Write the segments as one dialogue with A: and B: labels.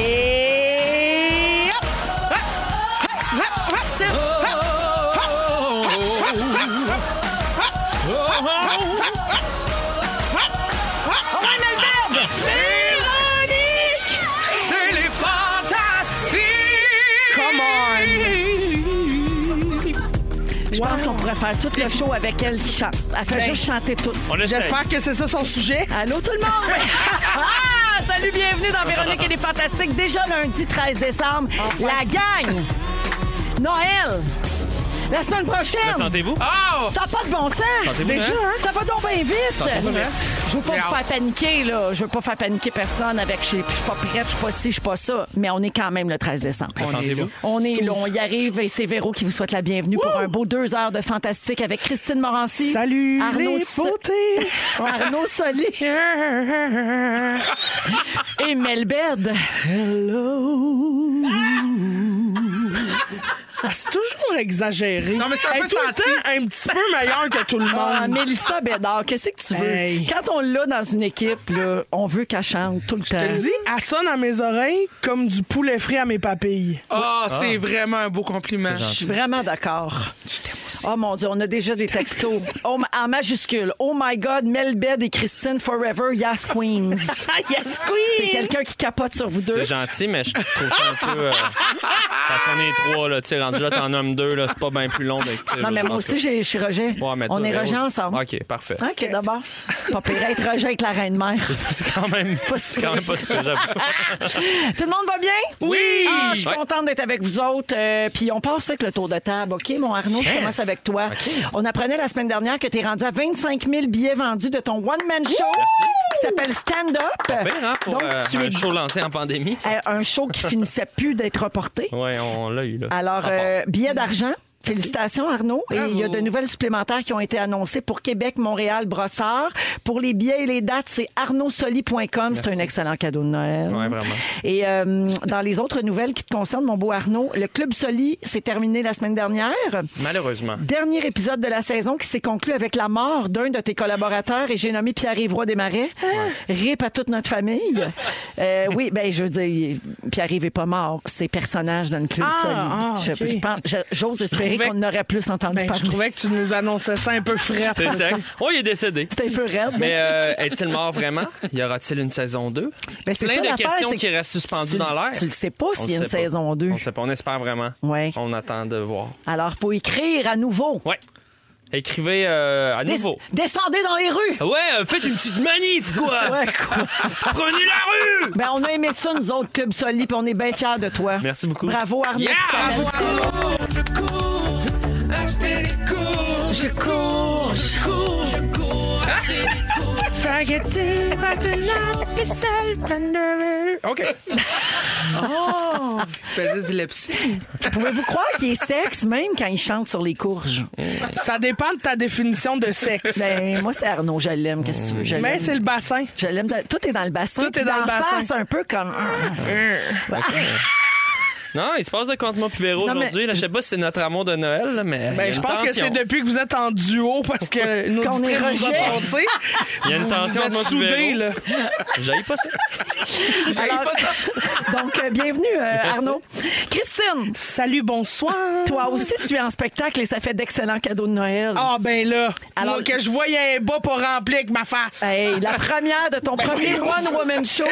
A: Et hop! Hop! Hop! Hop! Hop! C'est- Oh, ouais, Melbourne! Véronique!
B: C'est les fantastiques!
A: Come Je pense qu'on pourrait faire tout le show avec elle qui chante. Elle fait juste chanter tout.
B: On essaie.
C: J'espère que c'est ça son sujet.
A: Allô tout le monde! Ah, Salut, bienvenue dans Véronique et les Fantastiques. Déjà lundi 13 décembre, la gang! Noël! La semaine prochaine!
B: Sentez-vous? Oh!
A: T'as pas de bon sens!
B: Sentez-vous,
A: Déjà,
B: hein?
A: hein? Ça va donc bien vite! Je veux pas vous faire paniquer, là. Je veux pas faire paniquer personne avec je suis je suis pas prête, je suis pas ci, je suis pas ça. Mais on est quand même le 13 décembre.
B: Sentez-vous?
A: On est là, on y arrive et c'est Véro qui vous souhaite la bienvenue pour un beau deux heures de fantastique avec Christine Morancy.
C: Salut
A: Arnaud
C: les
A: So-
C: beautés!
A: Arnaud Soli. et Melbed.
C: Ah, c'est toujours exagéré.
D: Non, mais c'est un
C: Elle
D: peu
C: est tout le
D: senti.
C: temps un petit peu meilleur que tout le
A: Ah,
C: monde.
A: Mélissa Bédard, qu'est-ce que tu veux?
C: Hey.
A: Quand on l'a dans une équipe, là, on veut qu'elle chante tout le temps.
C: Je te le dis, elle sonne à mes oreilles comme du poulet frit à mes papilles.
D: Ah, c'est vraiment un beau compliment.
E: Je suis vraiment d'accord. Oh mon Dieu, on a déjà des textos. Oh, en majuscule. Oh my God, Melbed et Christine Forever, Yas Queens.
C: yes,
E: C'est quelqu'un qui capote sur vous deux.
F: C'est gentil, mais je trouve ça un peu. euh, parce qu'on est trois, là. Tu sais, rendu là, t'en nommes deux, là. C'est pas bien plus long. d'être- tu sais,
E: Non, mais
F: je
E: moi
F: pense
E: aussi,
F: que-
E: j'ai- je suis rejet.
F: Ouais, mais
E: on
F: toi,
E: est
F: ben
E: rejet
F: oui.
E: ensemble. Hein?
F: OK, parfait.
E: OK, d'abord. Pas pire être rejet avec la reine-mère.
F: C'est quand même pas
E: si
F: quand même pas ce que j'avoue.
E: Tout le monde va bien? Oui! Ah, je suis
F: Ouais.
E: contente d'être avec vous autres. Euh, Puis on passe avec le tour de table, OK? Mon Arnaud, je commence avec toi. On apprenait la semaine dernière que tu es rendu à 25 000 billets vendus de ton one-man show qui s'appelle Stand Up.
F: Bien, hein, pour
E: Donc,
F: euh,
E: tu
F: un
E: es Euh,
F: show lancé en pandémie. ça.
E: à un show qui finissait plus d'être reporté.
F: Ouais, on l'a eu, là.
E: Alors,
F: Ça part.
E: euh, billet d'argent. Félicitations, Arnaud. Et il y a de nouvelles supplémentaires qui ont été annoncées pour Québec, Montréal, Brossard. Pour les billets et les dates, c'est arnaudsoli.com. C'est un excellent cadeau de Noël.
F: Ouais, vraiment.
E: Et euh, dans les autres nouvelles qui te concernent, mon beau Arnaud, le Club Soli s'est terminé la semaine dernière.
F: Malheureusement.
E: Dernier épisode de la saison qui s'est conclu avec la mort d'un de tes collaborateurs et j'ai nommé Pierre-Yves Roy Desmarais. RIP à toute notre famille. Euh, oui, ben je veux dire, Pierre-Yves n'est pas mort. C'est personnage dans le club
C: Ah,
E: Soli.
C: ah,
E: Je-
C: ok.
E: je, pense- je- j'ose espérer
C: trouvais-
E: qu'on en aurait plus entendu
C: Ben, je
E: parler.
C: trouvais que tu nous annonçais ça un peu frais.
F: C'est sec. Oui, il est décédé.
E: C'était un peu raide. hein?
F: Mais euh, est-il mort vraiment? Y aura-t-il une saison 2?
E: Ben, c'est
F: Plein
E: ça
F: de
E: l'affaire,
F: questions
E: c'est
F: qui
E: que
F: restent suspendues
E: tu le-
F: dans l'air.
E: Tu le sais pas
F: On
E: s'il y a
F: sait
E: une
F: pas.
E: saison 2.
F: On sait pas, on espère vraiment.
E: Ouais.
F: On attend de voir.
E: Alors, faut écrire à nouveau.
F: Ouais. Écrivez euh, à
E: Des-
F: nouveau.
E: Descendez dans les rues.
F: Ouais, euh, faites une petite manif, quoi!
E: Ouais, quoi.
F: Prenez la rue!
E: Ben, on a aimé ça, nous autres, Club Soli, puis on est bien fiers de toi.
F: Merci beaucoup.
E: Bravo, Arnaud.
F: Yeah!
E: Bravo.
B: Je cours, acheter des cours. Je cours, je cours, je cours, acheter des cours.
F: OK.
D: Faisais du lepsy.
E: Oh! Pouvez-vous croire qu'il est sexe, même quand il chante sur les courges?
C: Ça dépend de ta définition de sexe.
E: Ben, euh, moi, c'est Arnaud, je l'aime. Qu'est-ce que tu veux? Je
C: Mais
E: l'aime.
C: c'est le bassin.
F: ben,
E: Je l'aime. dans- Tout est dans le bassin.
C: Tout est
E: puis
C: dans le
E: d'en
C: bassin.
E: face, un peu comme.
F: Non, il se passe de contre moi puis Véro
E: Non, mais-
F: aujourd'hui. là. Je sais pas si c'est notre amour de Noël, là, mais. il y a
C: Ben, je
F: une
C: pense que
F: tension.
C: c'est depuis que vous êtes en duo parce que nos
E: Qu'on est
C: districts vous ont
E: rejet.
C: pensé.
F: Il y a une
C: Vous
F: tension entre
C: êtes
F: moi puis
C: soudés,
F: Véro.
C: là.
F: J'aille pas ça.
E: Alors, donc, euh, bienvenue, euh, Arnaud. Christine,
C: Salut, bonsoir.
E: toi aussi, tu es en spectacle et ça fait d'excellents cadeaux de Noël.
C: Ah, ben là.
E: Alors- Ben,
C: moi, que je voyais un bas pour remplir avec ma face.
E: Hey, la première de ton
C: Ben
E: premier One Woman Show.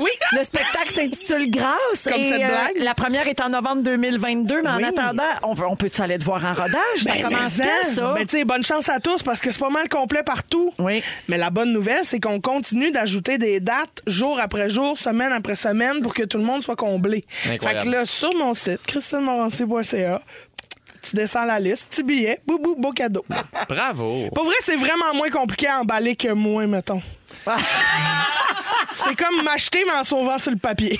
C: Oui.
E: Le spectacle s'intitule Grâce.
C: Comme
E: et, euh,
C: cette blague.
E: la première est en novembre 2022, mais en
C: Oui.
E: attendant, on, peut- on peut-tu aller te voir en rodage? ça commence
C: Ben, mais
E: quand,
C: en,
E: ça?
C: ben, tu sais, bonne chance à tous parce que c'est pas mal complet partout.
E: Oui.
C: Mais la bonne nouvelle, c'est qu'on continue d'ajouter des dates jour après jour, semaine après semaine pour que tout le monde soit comblé.
F: Incroyable.
C: Fait que là, sur mon site, christinemorancy.ca, tu descends la liste, petit billet, boubou, beau cadeau.
F: Bravo.
C: Pour vrai, c'est vraiment moins compliqué à emballer que moi, mettons. c'est comme m'acheter, mais en sauvant sur le papier.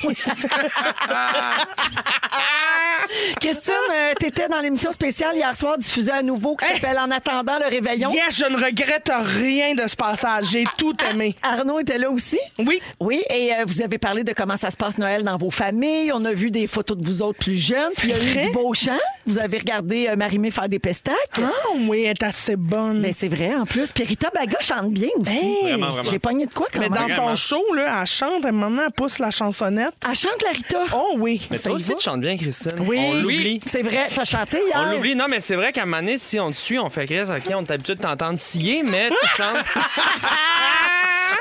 E: Christine, euh, t'étais dans l'émission spéciale hier soir diffusée à nouveau qui s'appelle En attendant le réveillon.
C: Yes, je ne regrette rien de ce passage. J'ai tout aimé.
E: Arnaud était là aussi.
C: Oui.
E: Oui, et euh, vous avez parlé de comment ça se passe Noël dans vos familles. On a vu des photos de vous autres plus jeunes. Puis Il y a eu du beau chant. Vous avez regardé euh, Marimé faire des pestacs.
C: Ah oui, elle est assez bonne.
E: Mais c'est vrai, en plus. Puis Rita Baga chante bien aussi.
F: Vraiment, vraiment.
E: J'ai pogné de quoi quand
C: Mais
E: même.
C: dans son show, là, elle chante, elle, maintenant, elle pousse la chansonnette.
E: Elle chante la Rita.
C: Oh oui.
F: Mais
E: Ça y
F: toi aussi,
E: va?
F: tu chantes bien, Christine. On l'oublie.
E: C'est vrai, ça chantait hier.
F: On l'oublie. Non, mais c'est vrai qu'à un moment donné, si on te suit, on fait Chris, OK, on est habitué de t'entendre scier, mais tu chantes.
C: Ah!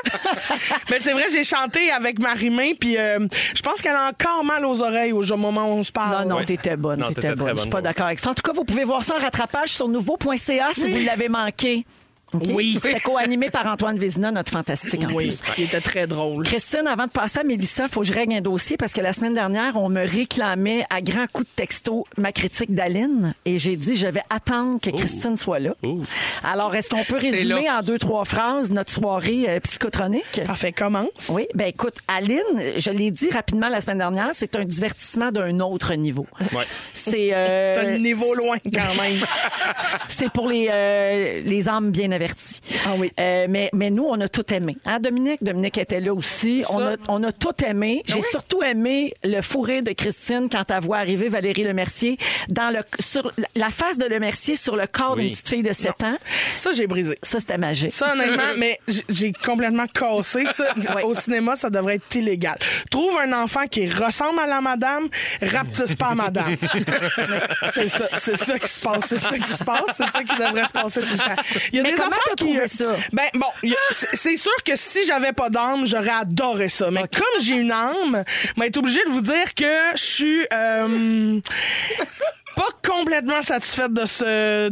C: Mais c'est vrai, j'ai chanté avec Marie-Mé, puis euh, je pense qu'elle a encore mal aux oreilles au moment où on se parle.
E: Ah, Non, non,
F: Ouais.
E: t'étais bonne,
F: Non,
E: t'étais
F: t'étais
E: bonne.
F: très
E: Je suis
F: bonne,
E: pas
F: ouais.
E: d'accord avec ça. En tout cas, vous pouvez voir ça en rattrapage sur nouveau.ca si vous l'avez manqué. OK?
C: Oui.
E: C'était co-animé par Antoine Vézina, notre fantastique en
C: Oui,
E: plus.
C: il était très drôle.
E: Christine, avant de passer à Mélissa, faut que je règle un dossier parce que la semaine dernière, on me réclamait à grands coups de texto ma critique d'Aline et j'ai dit je vais attendre que Christine soit là. Alors, est-ce qu'on peut résumer en deux, trois phrases notre soirée euh, psychotronique?
C: Parfait, commence.
E: Oui, ben écoute, Aline, je l'ai dit rapidement la semaine dernière, c'est un divertissement d'un autre niveau.
F: Ouais.
E: C'est euh,
C: T'as le niveau loin quand même.
E: c'est pour les, euh, les âmes bien averties.
C: Ah oui.
E: Euh, mais, mais nous, on a tout aimé. Hein, Dominique? Dominique était là aussi. On a, on a tout aimé.
C: Ah
E: J'ai surtout aimé le fourré de Christine quand elle voit arriver Valérie Lemercier dans le, sur la face de Lemercier sur le corps
F: Oui.
E: d'une petite fille de 7 ans.
C: Ça, j'ai brisé.
E: Ça, c'était magique.
C: Ça, honnêtement, mais j- j'ai complètement cassé ça.
E: Ouais.
C: Au cinéma, ça devrait être illégal. Trouve un enfant qui ressemble à la madame, rapetisse pas à madame. c'est ça, c'est ça qui se passe, c'est ça qui se passe, c'est ça qui devrait se passer tout le temps. Il y a
E: Mais comment
C: enfants
E: t'as
C: qui,
E: trouvé
C: euh,
E: ça?
C: Ben bon, il y a- c'est- c'est sûr que si j'avais pas d'âme, j'aurais adoré ça. Mais comme j'ai une âme, ben être obligée de vous dire que je suis euh, pas complètement satisfaite de ce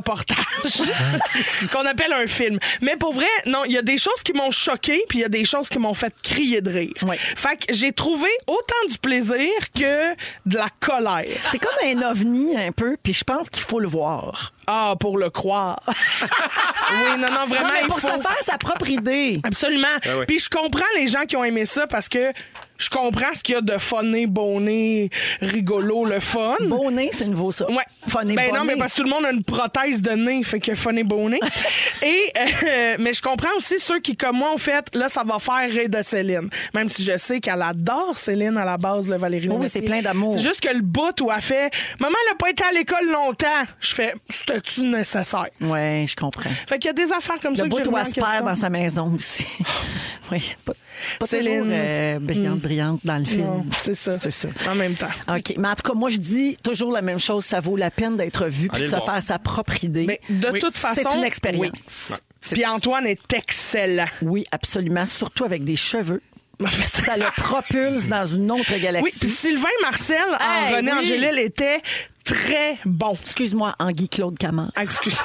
C: docu-reportage qu'on appelle un film. Mais pour vrai, non, il y a des choses qui m'ont choquée, puis il y a des choses qui m'ont fait crier de rire.
E: Oui.
C: Fait que j'ai trouvé autant du plaisir que de la colère.
E: C'est comme un ovni un peu, puis je pense qu'il faut le voir.
C: Ah, pour le croire. oui, non, non,
E: Non,
C: vraiment,
E: Ah, mais
C: il
E: pour
C: faut...
E: se faire sa propre idée.
C: Absolument.
F: oui.
C: Puis je comprends les gens qui ont aimé ça parce que je comprends ce qu'il y a de funné, bonné, rigolo, le fun.
E: Bonnet, c'est nouveau ça.
C: Ouais.
E: Funny
C: ben non,
E: bonnet.
C: mais parce que tout le monde a une prothèse de nez, fait que funny bonnet. Et euh, mais je comprends aussi ceux qui comme moi ont fait là ça va faire rire de Céline, même si je sais qu'elle adore Céline à la base le Valérie.
E: Oui,
C: Lemercier.
E: c'est plein d'amour.
C: C'est juste que le bout où elle fait maman elle a pas été à l'école longtemps. Je fais c'était-tu nécessaire.
E: Ouais, je comprends.
C: Fait qu'il y a des affaires comme ça
E: Le
C: que
E: beau
C: j'ai
E: doit
C: remis
E: se
C: en
E: perdre
C: question.
E: dans sa maison aussi. oui, pas, pas
C: Céline. Hmm.
E: toujours euh, brillante, brillante dans le film.
C: Non, c'est ça.
E: C'est ça.
C: En même temps.
E: OK. Mais en tout cas, moi, je dis toujours la même chose. Ça vaut la peine d'être vu puis
F: Allez
E: de se
F: le voir.
E: faire sa propre idée.
C: Mais de toute façon,
E: C'est une expérience.
C: oui.
E: C'est-
C: Puis Antoine est excellent.
E: Oui, absolument. Surtout avec des cheveux. Ça le propulse dans une autre
C: Oui,
E: galaxie.
C: puis Sylvain Marcel
E: Hey,
C: en René
E: oui.
C: Angélil était très bon.
E: Excuse-moi, Anguille-Claude Camard.
C: Ah, Excuse.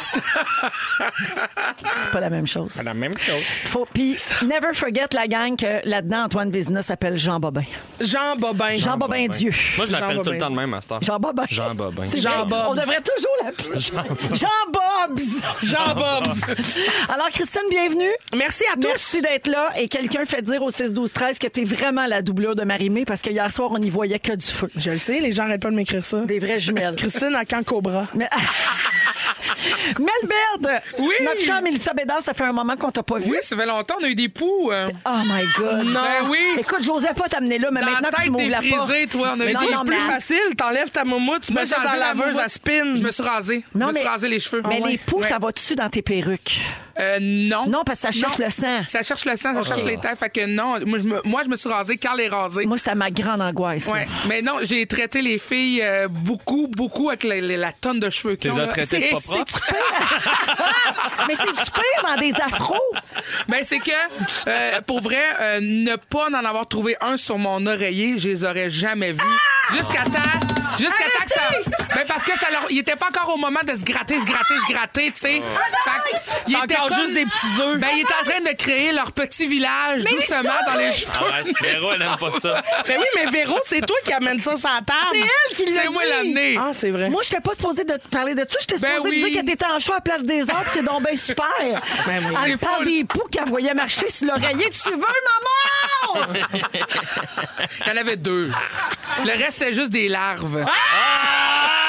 E: C'est pas la même chose.
F: la même chose.
E: Faut- Puis, never forget la gang que là-dedans, Antoine Vézina s'appelle Jean Bobin.
C: Jean Bobin.
E: Jean Bobin Dieu.
F: Moi, je l'appelle
C: Jean
F: tout le
C: Bobin.
F: temps de même, Master.
E: Jean Bobin.
F: Jean Bobin.
E: C'est
C: Jean
E: vrai,
C: Bobs.
E: On devrait toujours l'appeler. Jean Bobs.
C: Jean Bob.
E: Alors, Christine, bienvenue.
C: Merci à tous.
E: Merci d'être là. Et quelqu'un fait dire au 6-12-13 que t'es vraiment la doublure de Marimé parce que hier soir, on n'y voyait que du feu.
C: Je le sais, les gens arrêtent pas de m'écrire ça.
E: Des vraies jumelles.
C: Christine à Can Cobra.
E: Mais- Mel Baird,
D: Oui.
E: notre chère Mélissa Bédard, ça fait un moment qu'on t'a pas vu.
D: Oui, ça fait longtemps, on a eu des poux. euh,
E: Oh my God.
D: Non. Ben oui.
E: Écoute, j'osais pas t'amener là, mais
D: Dans
E: maintenant
D: la
E: que tu
D: tête
E: m'ouvres la porte.
D: déprisée, toi, on a
E: Mais
D: eu
E: non,
D: des
E: non,
C: Plus
E: mais-
C: facile, t'enlèves ta moumoute, tu
D: moi,
C: mets ça
D: j'ai
C: dans
D: enlevé
C: la laveuse
D: moumoute.
C: à spin.
D: Je me suis rasée. je me
E: Non,
D: suis
E: mais- ben
D: rasé les cheveux.
E: Mais
D: Ah ouais.
E: les poux,
D: Ouais.
E: ça va-tu dans tes perruques?
D: Euh, non.
E: Non, parce que ça cherche le sang.
D: Ça cherche le sang, ça cherche
F: Ah.
D: les terres. Fait que non, moi je me, moi, je me suis rasée. Carl est rasé.
E: Moi, c'était ma grande angoisse. là.
D: Ouais. Mais non, j'ai traité les filles euh, beaucoup, beaucoup avec la, la- la tonne de cheveux
F: Tu
D: qu'ils
F: les
D: ont.
F: as
D: là.
F: traités de
D: C'est-
F: pas propres.
E: Mais c'est du pire dans des afros.
D: Ben, c'est que, euh, pour vrai, euh, ne pas en avoir trouvé un sur mon oreiller, je les aurais jamais vus. Jusqu'à temps, jusqu'à temps que ça. Ben, parce que ça leur. Ils étaient pas encore au moment de se gratter, se gratter, se gratter, tu
E: Ah
D: sais. Fait que ils
C: C'est
D: étaient
C: encore juste des petits œufs.
D: Ben, ils étaient en train de créer leur petit village doucement dans les cheveux.
F: Arrête, Véro, elle aime pas ça.
C: Ben oui, mais Véro, c'est toi qui amène ça sur la table.
E: elle qui
D: C'est moi l'amener.
C: Ah, c'est vrai.
E: Moi, je n'étais pas supposée de te parler de ça. J'étais
D: Ben
E: supposée de
D: oui.
E: dire que t'étais en choix à Place des Arts, puis c'est donc ben super.
C: Ben oui.
E: Elle
D: C'est
E: parle
D: pas-
E: des poux qu'elle voyait
D: Oh,
E: marcher sur l'oreiller. Tu veux, maman?
D: Il y en avait deux. Le reste, c'est juste des larves.
E: Ah!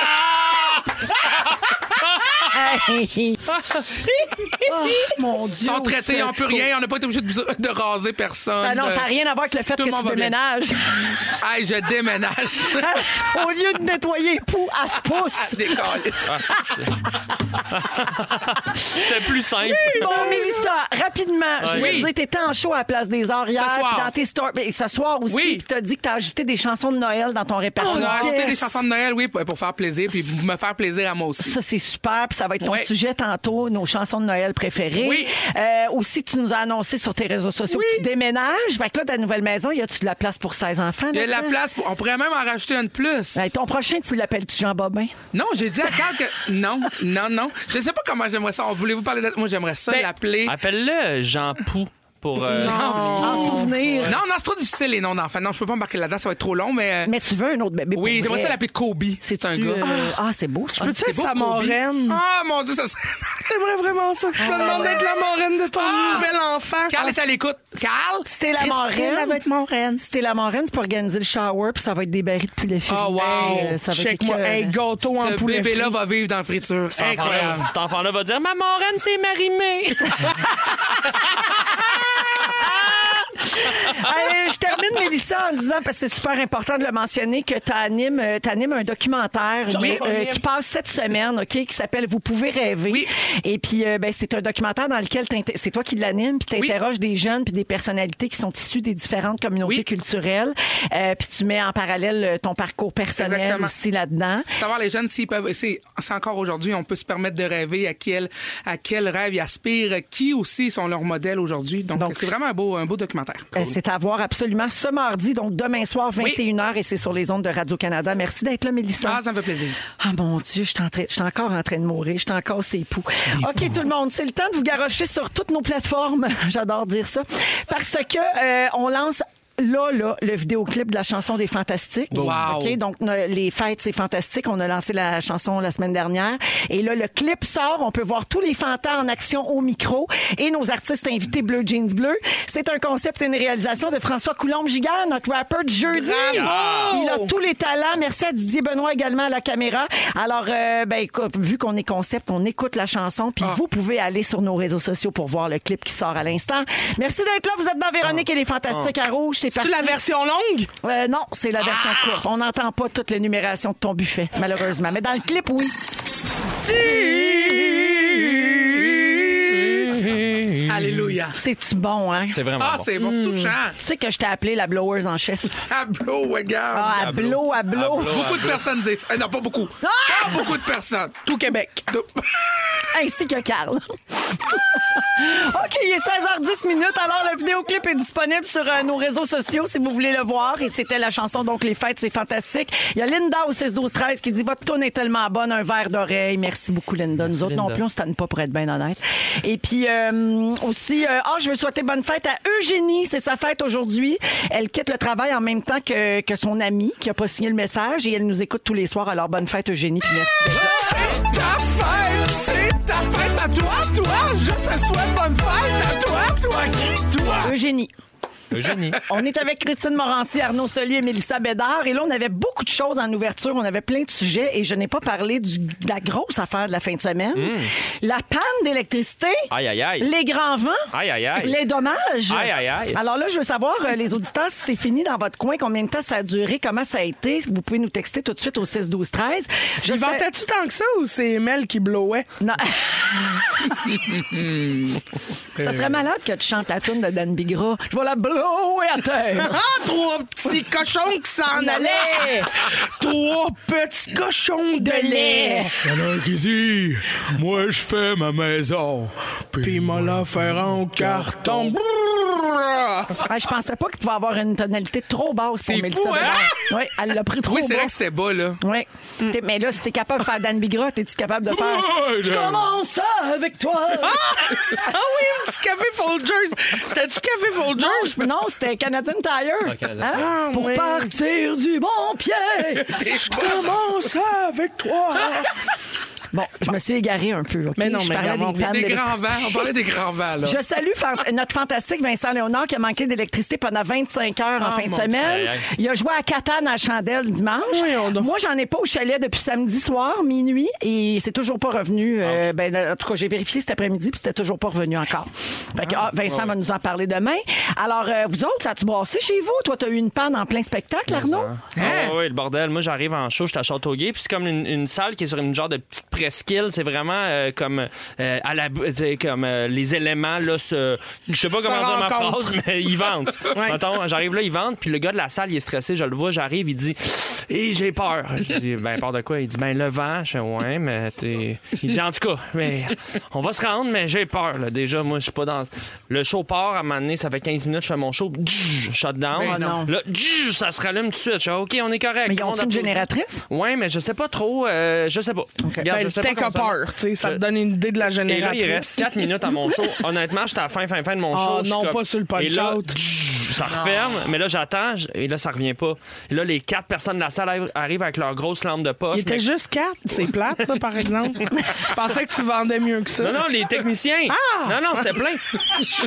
E: Mon Dieu.
D: Ils
C: Ah
D: sont traités, on peut rien, on n'a pas été obligé de, de raser personne.
E: Oh, Ah non, ça n'a rien à voir avec le fait
D: Tout
E: que
D: le monde
E: tu
D: va bien.
E: déménages.
D: Hey, je déménage.
E: Au lieu de nettoyer pou à se pousse.
D: Des câlisses.
F: C'était plus simple.
E: Bon, Oh, Mélissa, rapidement, je voulais
D: Oui.
E: te dire, t'étais en show à la Place des Arts hier.
D: soir.
E: puis Dans tes stories, et ce soir aussi,
D: Oui.
E: puis t'as dit que t'as ajouté des chansons de Noël dans ton répertoire.
D: Ah, On a ajouté
E: Oh, Yes.
D: des chansons de Noël, oui, pour pour faire plaisir, puis me faire plaisir à moi aussi.
E: Ça, c'est super. Puis ça va être ton
D: Ouais.
E: sujet tantôt, nos chansons de Noël préférées.
D: Oui.
E: Euh, aussi, tu nous as annoncé sur tes réseaux sociaux que tu déménages. Fait que là, ta nouvelle maison, y a-tu de la place pour 16 enfants?
D: Il y a de la
E: là-dedans?
D: place, pour- on pourrait même en rajouter une de plus.
E: Ben, ton prochain, tu l'appelles-tu Jean Bobin?
D: Non, j'ai dit à Carl que. Non, non, non. Je sais pas comment j'aimerais ça. On Voulez-vous parler de. Moi, j'aimerais ça l'appeler.
F: Appelle-le euh, Jean Pou pour. euh,
D: Oh.
E: En souvenir.
D: Non, non, c'est trop difficile les noms d'enfants. Non, je peux pas embarquer là-dedans, ça va être trop long, mais. euh,
E: Mais tu veux un autre bébé pour
D: oui, j'aimerais
E: vrai.
D: ça l'appeler Kobe. C'est un
E: Tu,
D: gars.
E: euh, Ah, c'est beau. ça.
C: Peux-tu
D: C'est
C: être
D: beau,
C: sa
D: Kobe.
C: moraine?
D: Ah, mon Dieu, ça serait.
E: Ah,
C: J'aimerais vraiment ça. Je te demande d'être la moraine de ton
D: Ah!
C: nouvel enfant.
D: Carl est à l'écoute. Carl?
E: C'était la
D: Christine,
E: marraine.
D: elle va être mon reine.
E: C'était la marraine, c'est pour organiser le shower, puis ça va être des barils de poulet frit. euh,
D: Oh, wow.
E: ça va être
C: Check-moi.
E: écœurant.
C: Un gâteau en
D: Ce
C: poulet.
D: bébé-là va vivre dans le friture. C'est incroyable.
F: Cet enfant-là va dire Ma moraine, c'est Marie-Mé.
E: Allez, je termine, Mélissa, en disant, parce que c'est super important de le mentionner, que tu animes, un documentaire
D: Oui.
E: euh, qui passe cette semaine, OK, qui s'appelle Vous pouvez rêver.
D: Oui.
E: Et puis, euh, ben, c'est un documentaire dans lequel t'inté- c'est toi qui l'animes, puis tu interroges des jeunes, puis des personnalités qui sont issues des différentes communautés
D: Oui.
E: culturelles. Euh, puis tu mets en parallèle euh, ton parcours personnel
D: Exactement.
E: aussi là-dedans.
D: Savoir les jeunes s'ils peuvent, c'est c'est encore aujourd'hui, on peut se permettre de rêver à quel à quel rêve ils aspirent, qui aussi sont leurs modèles aujourd'hui. Donc
E: Donc,
D: c'est vraiment un beau un beau documentaire.
E: Euh, C'est à voir absolument ce mardi, donc demain soir, 21h, et c'est sur les ondes de Radio-Canada. Merci d'être là, Mélissa.
D: Ah, ça me fait plaisir.
E: Ah mon Dieu, je suis en train- je suis encore en train de mourir. Je suis encore ses poux. OK, tout le monde, c'est le temps de vous garocher sur toutes nos plateformes. J'adore dire ça. Parce que euh, on lance. Là, là, le vidéoclip de la chanson des Fantastiques.
D: Wow.
E: OK, donc euh, les fêtes, c'est fantastique. On a lancé la chanson la semaine dernière. Et là, le clip sort. On peut voir tous les fantas en action au micro et nos artistes invités Bleu Jeans Bleu. C'est un concept et une réalisation de François Coulombe-Gigard, notre rappeur de jeudi. Il a tous les talents. Merci à Didier Benoît également à la caméra. Alors, euh, ben, écoute, vu qu'on est concept, on écoute la chanson, puis vous pouvez aller sur nos réseaux sociaux pour voir le clip qui sort à l'instant. Merci d'être là. Vous êtes dans Véronique et les Fantastiques à Rouge. C'est
C: C'est
E: parti.
C: la version longue?
E: Euh, non, c'est la version courte. On n'entend pas toute l'énumération de ton buffet, malheureusement. Mais dans le clip, oui.
D: Alléluia.
E: C'est-tu Mm. bon, hein?
F: C'est vraiment
D: Ah,
F: bon.
D: c'est bon, c'est touchant. Ah,
E: Tu sais que je t'ai appelé la blowers en chef.
D: Tableau, regarde.
E: Ah, à blow, à blow.
F: blow.
D: Beaucoup de personnes disent. ça. Eh, non, pas beaucoup. Pas beaucoup de personnes.
C: Tout Québec.
D: De-
E: ainsi que Carl. OK, il est 16h10 minutes. Alors, le vidéoclip est disponible sur euh, nos réseaux sociaux si vous voulez le voir. Et c'était la chanson Donc, les fêtes, c'est fantastique. Il y a Linda au 16-12-13 qui dit Votre tune est tellement bonne, un verre d'oreille. Merci beaucoup, Linda. Nous autres non
F: Linda.
E: plus, on se tanne pas pour être bien honnête. Et puis, euh, aussi, euh, Ah, je veux souhaiter bonne fête à Eugénie. C'est sa fête aujourd'hui. Elle quitte le travail en même temps que, que son amie qui a pas signé le message et elle nous écoute tous les soirs. Alors, bonne fête, Eugénie. Puis merci d'être là.
B: C'est ta fête, c'est ta fête à toi, toi. Je te souhaite bonne fête à toi, toi qui, toi.
E: Eugénie.
F: Le génie.
E: On est avec Christine Morancy, Arnaud Solier et Mélissa Bédard. Et là, on avait beaucoup de choses en ouverture. On avait plein de sujets et je n'ai pas parlé du- de la grosse affaire de la fin de semaine. La panne d'électricité.
F: Mm. Aïe, aïe, aïe.
E: Les grands vents.
F: Aïe, aïe, aïe.
E: Les dommages.
F: Aïe, aïe, aïe.
E: Alors là, je veux savoir, euh, les auditeurs, si c'est fini dans votre coin, combien de temps ça a duré, comment ça a été. Vous pouvez nous texter tout de suite au 6 12 13 Je sais-
C: J'inventais-tu tant que ça ou c'est Mel qui blowait?
E: Non. ça serait malade que tu chantes la tune de Dan Bigra. Je vais la blower à terre.
C: Ah, trois petits cochons qui s'en allaient! trois petits cochons de lait!
B: Y'en a un qui dit, moi je fais ma maison.
C: Puis m'a la faire en carton. Brrr.
E: Ouais, je pensais pas qu'il pouvait avoir une tonalité trop basse pour
D: C'est
E: Mélissa
D: fou, hein?
E: Bédard. Oui, elle l'a pris trop
D: Oui, c'est
E: bas.
D: vrai que c'était bas, là.
E: Ouais. T'es- Mais là, si t'es capable de faire Dan Bigra, t'es-tu capable de faire
B: Ouais, je-
E: Je commence ça avec toi!
C: Ah oui, un petit café Folgers! C'était-tu café Folgers?
E: Non, je- non, c'était Canadian Tire.
F: Canadian
E: Hein?
C: Ah,
E: Pour
C: oui.
E: partir du bon pied.
C: Je commence avec toi!
E: Bon, je me suis égarée un peu. ok?
C: Mais non,
E: je
C: mais
E: parlais
C: vraiment,
E: des pannes
D: Des
E: d'électricité.
D: grands vents. On parlait des grands vents, là.
E: Je salue fan- notre fantastique Vincent Léonard qui a manqué d'électricité pendant 25 heures en
D: Ah,
E: fin de
D: mon
F: Dieu.
E: semaine.
F: Aïe, aïe.
E: Il a joué à Catane à la chandelle dimanche.
C: Voyons donc.
E: Moi, j'en ai pas au chalet depuis samedi soir, minuit, et c'est toujours pas revenu.
F: Ah,
E: Euh, ben, en tout cas, j'ai vérifié cet après-midi, puis c'était toujours pas revenu encore. Fait que, ah, Vincent va nous en parler demain. Alors, euh, vous autres, ça a-tu brassé chez vous? Toi, t'as eu une panne en plein spectacle, Arnaud?
F: Ah oui, le bordel. Moi, j'arrive en show, j'étais à Châteauguay, puis c'est comme une, une salle qui est sur une genre de petite presqu'île. C'est vraiment euh, comme euh, à la, tu sais, comme euh, les éléments là, se, je sais pas comment dire ma
C: rencontrent.
F: phrase, mais ils vendent.
C: Ouais.
F: Mettons, j'arrive là, ils vendent, puis le gars de la salle, il est stressé, je le vois, j'arrive, il dit, et j'ai peur. Je dis, ben peur de quoi Il dit, ben le vent. Je fais, ouais, mais t'es. Il dit, en tout cas, mais on va se rendre, mais j'ai peur. Là. Déjà, moi, je suis pas dans. Le show part à un moment donné, ça fait 15 minutes, je fais mon show, shutdown.
D: Ben non.
F: Là, djou, ça se rallume tout de suite. Je fais, OK, on est correct.
E: Mais ils ont une génératrice?
F: Oui, mais je sais pas trop. euh, je sais pas. Regarde,
C: Ben,
F: je
C: le
F: sais
C: tech
F: pas
C: a
F: comment ça
C: peur, tu sais, ça
F: Je-
C: te donne une idée de la
F: va. Et là,
C: génération.
F: il reste 4 minutes à mon show. Honnêtement, j'étais à la fin, fin, fin de mon show.
C: Ah,
F: Je suis
C: non,
F: comme-
C: pas sur le punch-out.
F: Et là, djou, ça referme. Mais là, j'attends. je- Et là, ça revient pas. Et là, les quatre personnes de la salle arri- arrivent avec leur grosse lampe de poche.
C: Il était
F: mais-
C: juste quatre, c'est plate, ça, par exemple. Je pensais que tu vendais mieux que ça.
F: Non, non, les techniciens. Non, non, c'était plein.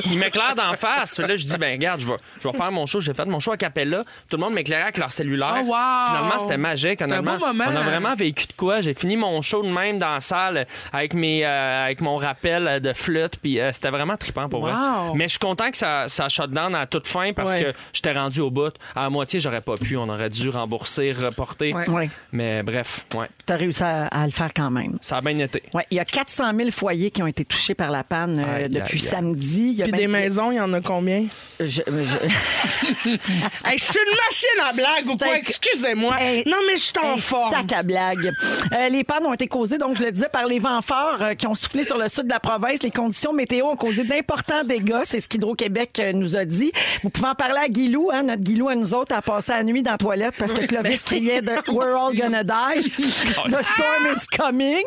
F: Ils m'éclairent d'en face. Fait là, je dis, ben, regarde, je vais, je vais faire mon show. J'ai fait mon show à Capella. Tout le monde m'éclairait avec leur cellulaire.
D: Oh, wow.
F: Finalement, c'était magique.
D: un
F: honnêtement.
D: beau moment.
F: On a vraiment vécu de quoi. J'ai fini mon show de même dans la salle avec, mes, euh, avec mon rappel euh, de flûte. Puis euh, c'était vraiment trippant pour moi.
D: Wow.
F: Mais je suis content que ça, ça shut down à toute fin parce
C: Ouais.
F: que j'étais rendu au bout. À la moitié, j'aurais pas pu. On aurait dû rembourser, reporter.
E: Oui.
F: Mais bref, ouais,
E: T'as réussi à- à le faire quand même.
F: ça a bien été.
E: Ouais, il y a 400 000 foyers qui ont été touchés par la panne euh,
F: Aïe,
E: depuis
F: aïe, aïe.
E: samedi. Ben, Il y a
C: Puis
E: même-
C: des maisons, il y en a combien?
E: Je- je-
C: Hey, je suis une machine à blague ou quoi?
E: Cinq-
C: Excusez-moi.
E: Hey,
C: non, mais je suis en
E: un
C: forme.
E: sac à blague. Euh, les pannes ont été causées, donc je le disais, par les vents forts euh, qui ont soufflé sur le sud de la province. Les conditions météo ont causé d'importants dégâts. C'est ce qu'Hydro-Québec euh, nous a dit. Vous pouvez en parler à Guilou. Hein, notre Guilou, à nous autres, a passé la nuit dans la toilette parce que Clovis criait de « We're all gonna die. The storm is coming.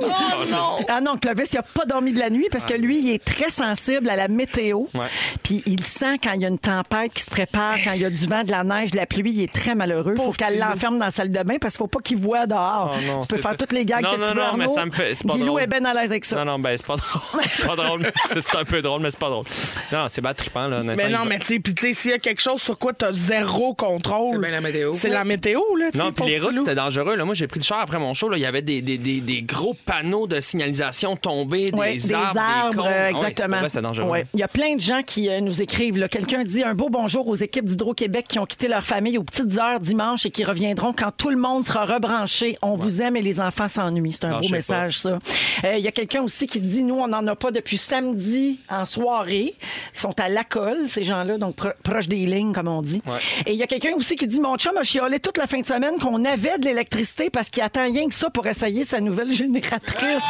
E: Ah non, Clovis, il n'a pas dormi de la nuit parce que lui, il est très sensible à la météo.
F: Ouais.
E: Puis il sent quand il y a une tempête qui se prépare, quand il y a du vent, de la neige, de la pluie, il est très malheureux. Il faut qu'elle l'enferme dans la salle de bain parce qu'il ne faut pas qu'il voit dehors.
F: Oh non,
E: tu peux
F: c'est
E: faire
F: fait.
E: toutes les gags
F: Non,
E: que
F: non,
E: tu veux.
F: non, mais
E: Arnaud.
F: ça me fait- c'est pas
E: Guilou
F: drôle.
E: est bien à l'aise avec ça.
F: Non, non, ben c'est pas drôle. C'est pas drôle. mais C'est c'est un peu drôle, mais c'est pas drôle. Non, c'est pas trippant, là, honnêtement.
C: Mais non,
F: Il-
C: mais tu sais, puis tu sais, s'il y a quelque chose sur quoi tu as zéro contrôle.
D: C'est bien la météo.
C: C'est la météo, là. tu sais,
F: Non, puis
C: pauvre
F: les
C: petit
F: routes,
C: loup.
F: c'était dangereux. Là. Moi, j'ai pris le char après mon show. là. Il y avait des, des, des, des gros panneaux de signalisation tombés,
E: Ouais,
F: des arbres. des
E: arbres,
F: cônes.
E: euh,
F: Ah oui,
E: exactement.
F: pour vrai, c'était dangereux.
E: Ouais. Il y a plein de gens qui euh, nous écrivent. là. Quelqu'un dit un beau bonjour aux équipes d'Hydro-Québec qui ont quitté leur famille aux petites heures dimanche et qui reviendront quand tout le monde sera rebranché. On vous aime et les enfants s'ennuient. C'est un
F: Lâchez
E: beau
F: pas.
E: message, ça. Euh, Il y a quelqu'un aussi qui dit nous, on n'en a pas depuis samedi en soirée. Ils sont à la colle, ces gens-là, donc pro- proche des lignes, comme on dit. Et il y a quelqu'un aussi qui dit mon chum a chiolé toute la fin de semaine qu'on avait de l'électricité parce qu'il attend rien que ça pour essayer sa nouvelle génératrice.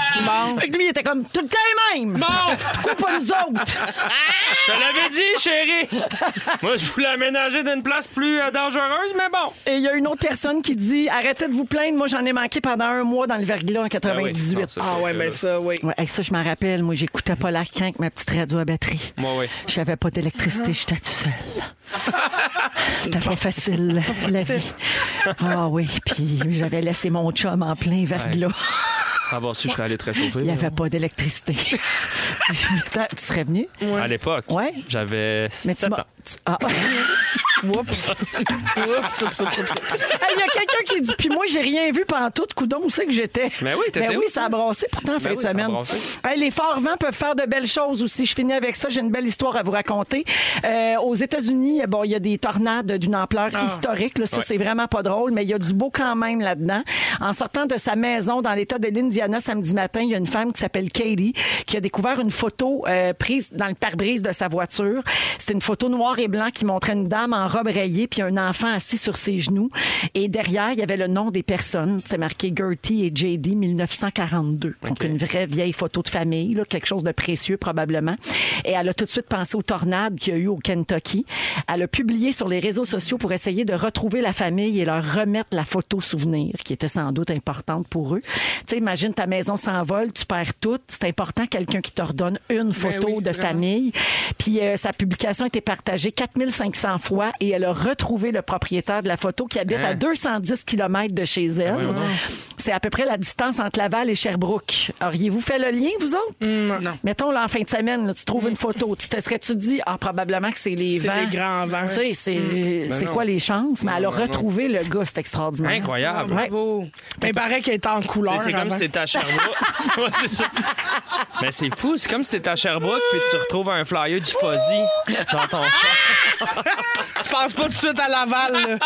E: Fait que lui, il était comme tout le temps les mêmes.
F: Ah! Bon,
E: Pourquoi pas nous autres?
F: Oh! je te l'avais dit, chérie. Moi, je voulais aménager d'une place plus euh, dangereuse, mais bon. Ah
E: Et il y a une autre personne qui dit Arrêtez de vous plaindre, moi j'en ai manqué pendant un mois dans le verglas en
F: Ah oui,
E: 98.
F: non, ça,
C: Ah, ouais, ben ça, oui.
E: Ouais, hey, ça, je m'en rappelle. Moi, j'écoutais pas la avec ma petite radio à batterie.
F: Ouais, ouais.
E: Je n'avais pas d'électricité, j'étais toute seule. C'était pas facile, la vie. Ah oui, puis j'avais laissé mon chum en plein verglas.
F: Pour Avoir su, Ah, je serais allé très chauffer.
E: Il n'y
F: là.
E: avait pas d'électricité. Je voulais- Attends, tu serais venu?
F: À l'époque,
E: Ouais.
F: j'avais
E: Mais tu
F: 7 ans.
E: m'as. tu- Ah. Oups. Hey, Il y a quelqu'un qui dit, puis moi, j'ai rien vu pendant tout. Coudon, où c'est que j'étais?
F: Mais oui, t'étais
E: Ben
F: où?
E: oui, ça a brassé pourtant en fin
F: Ben oui,
E: de
F: ça a
E: semaine.
F: brassé.
E: Hey, les forts vents peuvent faire de belles choses aussi. Je finis avec ça. J'ai une belle histoire à vous raconter. Euh, aux États-Unis, bon, il y a des tornades d'une ampleur historique. là. ça, c'est vraiment pas drôle, mais il y a du beau quand même là-dedans. En sortant de sa maison dans l'État de l'Indiana samedi matin, il y a une femme qui s'appelle Katie qui a découvert une photo euh, prise dans le pare-brise de sa voiture. C'était une photo noire et blanc qui montrait une dame en robe rayée puis un enfant assis sur ses genoux. Et derrière, il y avait le nom des personnes. C'est marqué Gertie et JD 1942. Donc, une vraie vieille photo de famille, là, quelque chose de précieux probablement. Et elle a tout de suite pensé aux tornades qu'il y a eu au Kentucky. Elle a publié sur les réseaux sociaux pour essayer de retrouver la famille et leur remettre la photo souvenir, qui était sans doute importante pour eux. Tu sais, imagine ta maison s'envole, tu perds tout. C'est important quelqu'un qui te redonne une photo
D: oui,
E: de
D: vraiment.
E: famille. Puis euh, sa publication a été partagée voyagé 4500 fois et elle a retrouvé le propriétaire de la photo qui habite à 210 km de chez elle. C'est à peu près la distance entre Laval et Sherbrooke. Auriez-vous fait le lien, vous autres?
D: non.
E: Mettons, là, en fin de semaine, là, tu trouves une photo. Tu te serais-tu dit, ah, probablement que c'est les
C: C'est
E: vents?
C: les grands vents.
E: Tu sais, c'est c'est
F: non.
E: quoi les chances? Mais elle a
F: non, non.
E: retrouvé le gars, c'est extraordinaire.
F: Incroyable.
E: Ouais.
D: Bravo.
C: Mais Ben, il paraît qu'elle est en couleur.
F: C'est- C'est comme
C: avant.
F: si t'étais à Sherbrooke. Ouais, c'est ça. Mais c'est fou, c'est comme si t'étais à Sherbrooke puis tu retrouves un flyer du Fuzzy dans ton char.
C: Tu penses pas tout de suite à Laval. là.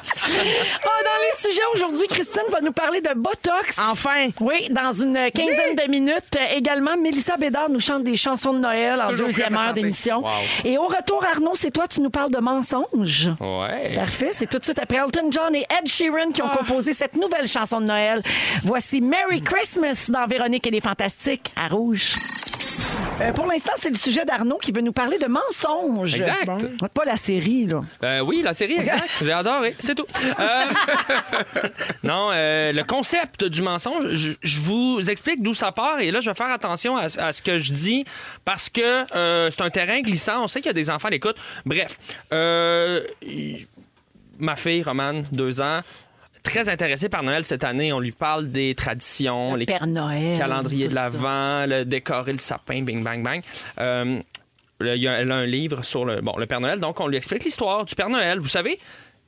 E: Ah, dans les sujets aujourd'hui, Christine va nous parler de Botox.
C: Enfin.
E: Oui, dans une quinzaine de minutes. Euh, Également, Mélissa Bédard nous chante des chansons de Noël en
D: Toujours
E: deuxième
D: prête à
E: heure
D: chanter.
E: d'émission. Et au retour, Arnaud, c'est toi, tu nous parles de mensonges.
F: Ouais.
E: Parfait, c'est tout de suite après Elton John et Ed Sheeran qui ont composé cette nouvelle chanson de Noël. Voici Merry Christmas dans Véronique et les Fantastiques à Rouge. Euh, pour l'instant, c'est le sujet d'Arnaud qui veut nous parler de mensonges.
F: Exact.
E: Pas la série, là.
F: Euh, oui, la série, exact. J'ai adoré. C'est tout. Euh, non, euh, le concept du mensonge, je, je vous explique d'où ça part et là, je vais faire attention à, à ce que je dis parce que euh, c'est un terrain glissant. On sait qu'il y a des enfants à l'écoute. Bref, euh, ma fille, Romane, deux ans, très intéressée par Noël cette année. On lui parle des traditions, les
E: Père Noël.
F: calendrier
E: tout
F: de
E: ça.
F: l'Avent, le décorer le sapin, bing, bang, bang. Euh, là, il y a, elle a un livre sur le, bon, le Père Noël, donc on lui explique l'histoire du Père Noël. Vous savez,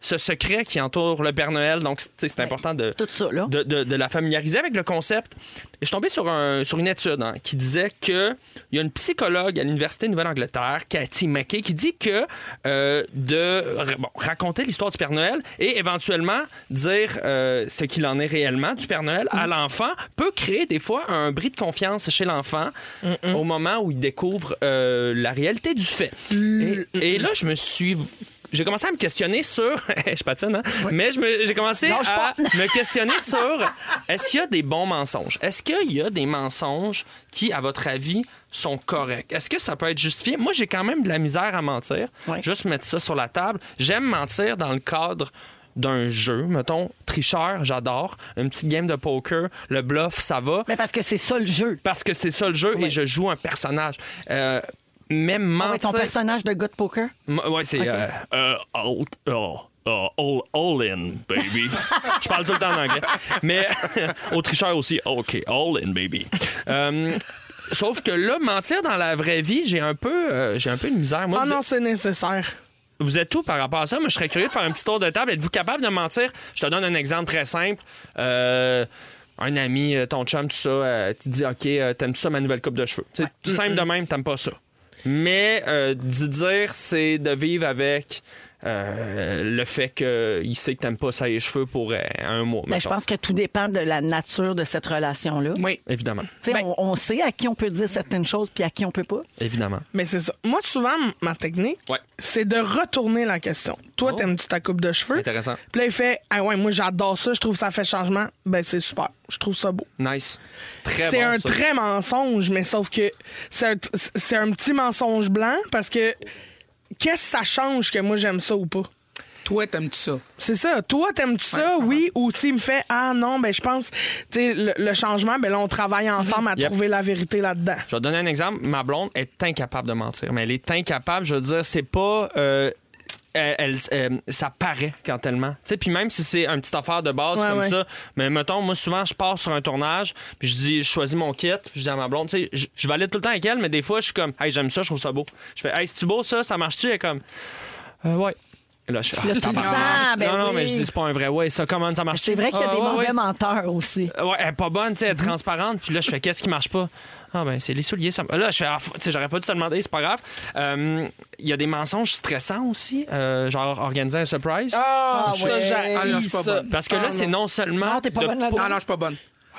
F: ce secret qui entoure le Père Noël, donc c'est- c'est important de,
E: Tout ça, là.
F: de, de- de la familiariser avec le concept. Et je suis tombé sur, un, sur une étude hein, qui disait qu'il y a une psychologue à l'Université de Nouvelle-Angleterre, Cathy Mackey, qui dit que euh, de ra- bon, raconter l'histoire du Père Noël et éventuellement dire euh, ce qu'il en est réellement du Père Noël
E: Mm.
F: à l'enfant peut créer des fois un bris de confiance chez l'enfant au moment où il découvre euh, la réalité du fait. Et, et là, je me suis... J'ai commencé à me questionner sur... je patine, hein? Mais je me- j'ai commencé
E: Lâche pas.
F: à me questionner sur est-ce qu'il y a des bons mensonges? Est-ce qu'il y a des mensonges qui, à votre avis, sont corrects? Est-ce que ça peut être justifié? Moi, j'ai quand même de la misère à mentir.
E: Ouais.
F: Juste mettre ça sur la table. J'aime mentir dans le cadre d'un jeu, mettons, tricheur, j'adore, une petite game de poker, le bluff, ça va,
E: Mais parce que c'est ça le jeu.
F: parce que c'est ça le jeu et je joue un personnage. Euh, même
E: Ah ouais,
F: mentir...
E: ton personnage de gars de poker.
F: M- Ouais, c'est. euh, euh, all, oh, oh, all, all in, baby. Je parle tout le temps en anglais. Mais au tricheur aussi. OK, all in, baby. Euh, sauf que là, mentir dans la vraie vie, j'ai un peu, euh, j'ai un peu de misère. Moi,
C: Ah
F: vous,
C: non, c'est nécessaire.
F: vous êtes tout par rapport à ça. Moi, je serais curieux de faire un petit tour de table. Êtes-vous capable de mentir? Je te donne un exemple très simple. Euh, un ami, euh, ton chum, tout ça, euh, tu dis OK, euh, t'aimes ça ma nouvelle coupe de cheveux. C'est tout simple de même, t'aimes pas ça. Mais euh, d'y dire, c'est de vivre avec euh, le fait qu'il sait que t'aimes pas ça les cheveux pour euh, un mois.
E: Mais Ben, je
F: mettons.
E: pense que tout dépend de la nature de cette relation-là.
D: Oui.
F: Évidemment,
E: Tu sais, on, on sait à qui on peut dire certaines choses puis à qui on peut pas.
F: évidemment.
C: Mais c'est ça. Moi, souvent, m- ma technique,
F: Ouais. Oh.
C: c'est de retourner la question. Toi, t'aimes-tu ta coupe de cheveux?
F: Intéressant.
C: Puis là, il fait Ah ouais, moi, j'adore ça, je trouve ça fait changement. Ben, c'est super. Je trouve ça beau.
F: Nice. Très
C: C'est
F: bon,
C: un
F: ça.
C: très mensonge, mais sauf que c'est un, c'est un petit mensonge blanc parce que qu'est-ce que ça change que moi, j'aime ça ou pas?
D: Toi, t'aimes-tu ça?
C: C'est ça. Toi, t'aimes-tu ça? Oui. Ou s'il me fait Ah non, ben, je pense, tu sais, le, le changement, ben là, on travaille ensemble à
F: Yep.
C: trouver la vérité là-dedans.
F: Je vais te donner un exemple. Ma blonde est incapable de mentir. Mais elle est incapable, je veux dire, c'est pas. euh, elle- elle- euh, ça paraît quand elle ment. Tu sais, puis même si c'est une petite affaire de base
C: Ouais,
F: comme
C: ouais.
F: ça, mais mettons, moi, souvent, je pars sur un tournage, puis je dis, je choisis mon kit, puis je dis à ma blonde, tu sais, je- je valide tout le temps avec elle, mais des fois, je suis comme, hey, j'aime ça, je trouve ça beau. Je fais, hey, c'est-tu beau ça, ça marche-tu? Elle est comme, Euh, ouais. Et là, je fais, ah,
E: Là, tu le
F: tabarnak.
E: sens, ben
F: Non, non,
E: oui.
F: mais je dis, c'est pas un vrai, ouais, ça, comment ça marche
E: C'est vrai qu'il y a
F: Ah,
E: des
F: ouais,
E: mauvais
F: ouais.
E: menteurs aussi.
F: Euh, Ouais, elle est pas bonne, tu sais, elle est transparente. Puis là, je fais, qu'est-ce qui marche pas? Ah, ben, c'est les souliers. Ça... me- Là, je fais, ah, f- tu sais, j'aurais pas dû te demander, c'est pas grave. Euh, Il y a des mensonges stressants aussi, euh, genre organiser un surprise.
C: Ah, ça,
E: ouais.
C: j'haïs
D: Ah non, je suis pas
C: ça.
D: bonne.
F: Parce que là, c'est non seulement.
E: Non, t'es pas
F: de-
E: bonne là-dedans.
D: Non, non, je suis pas bonne.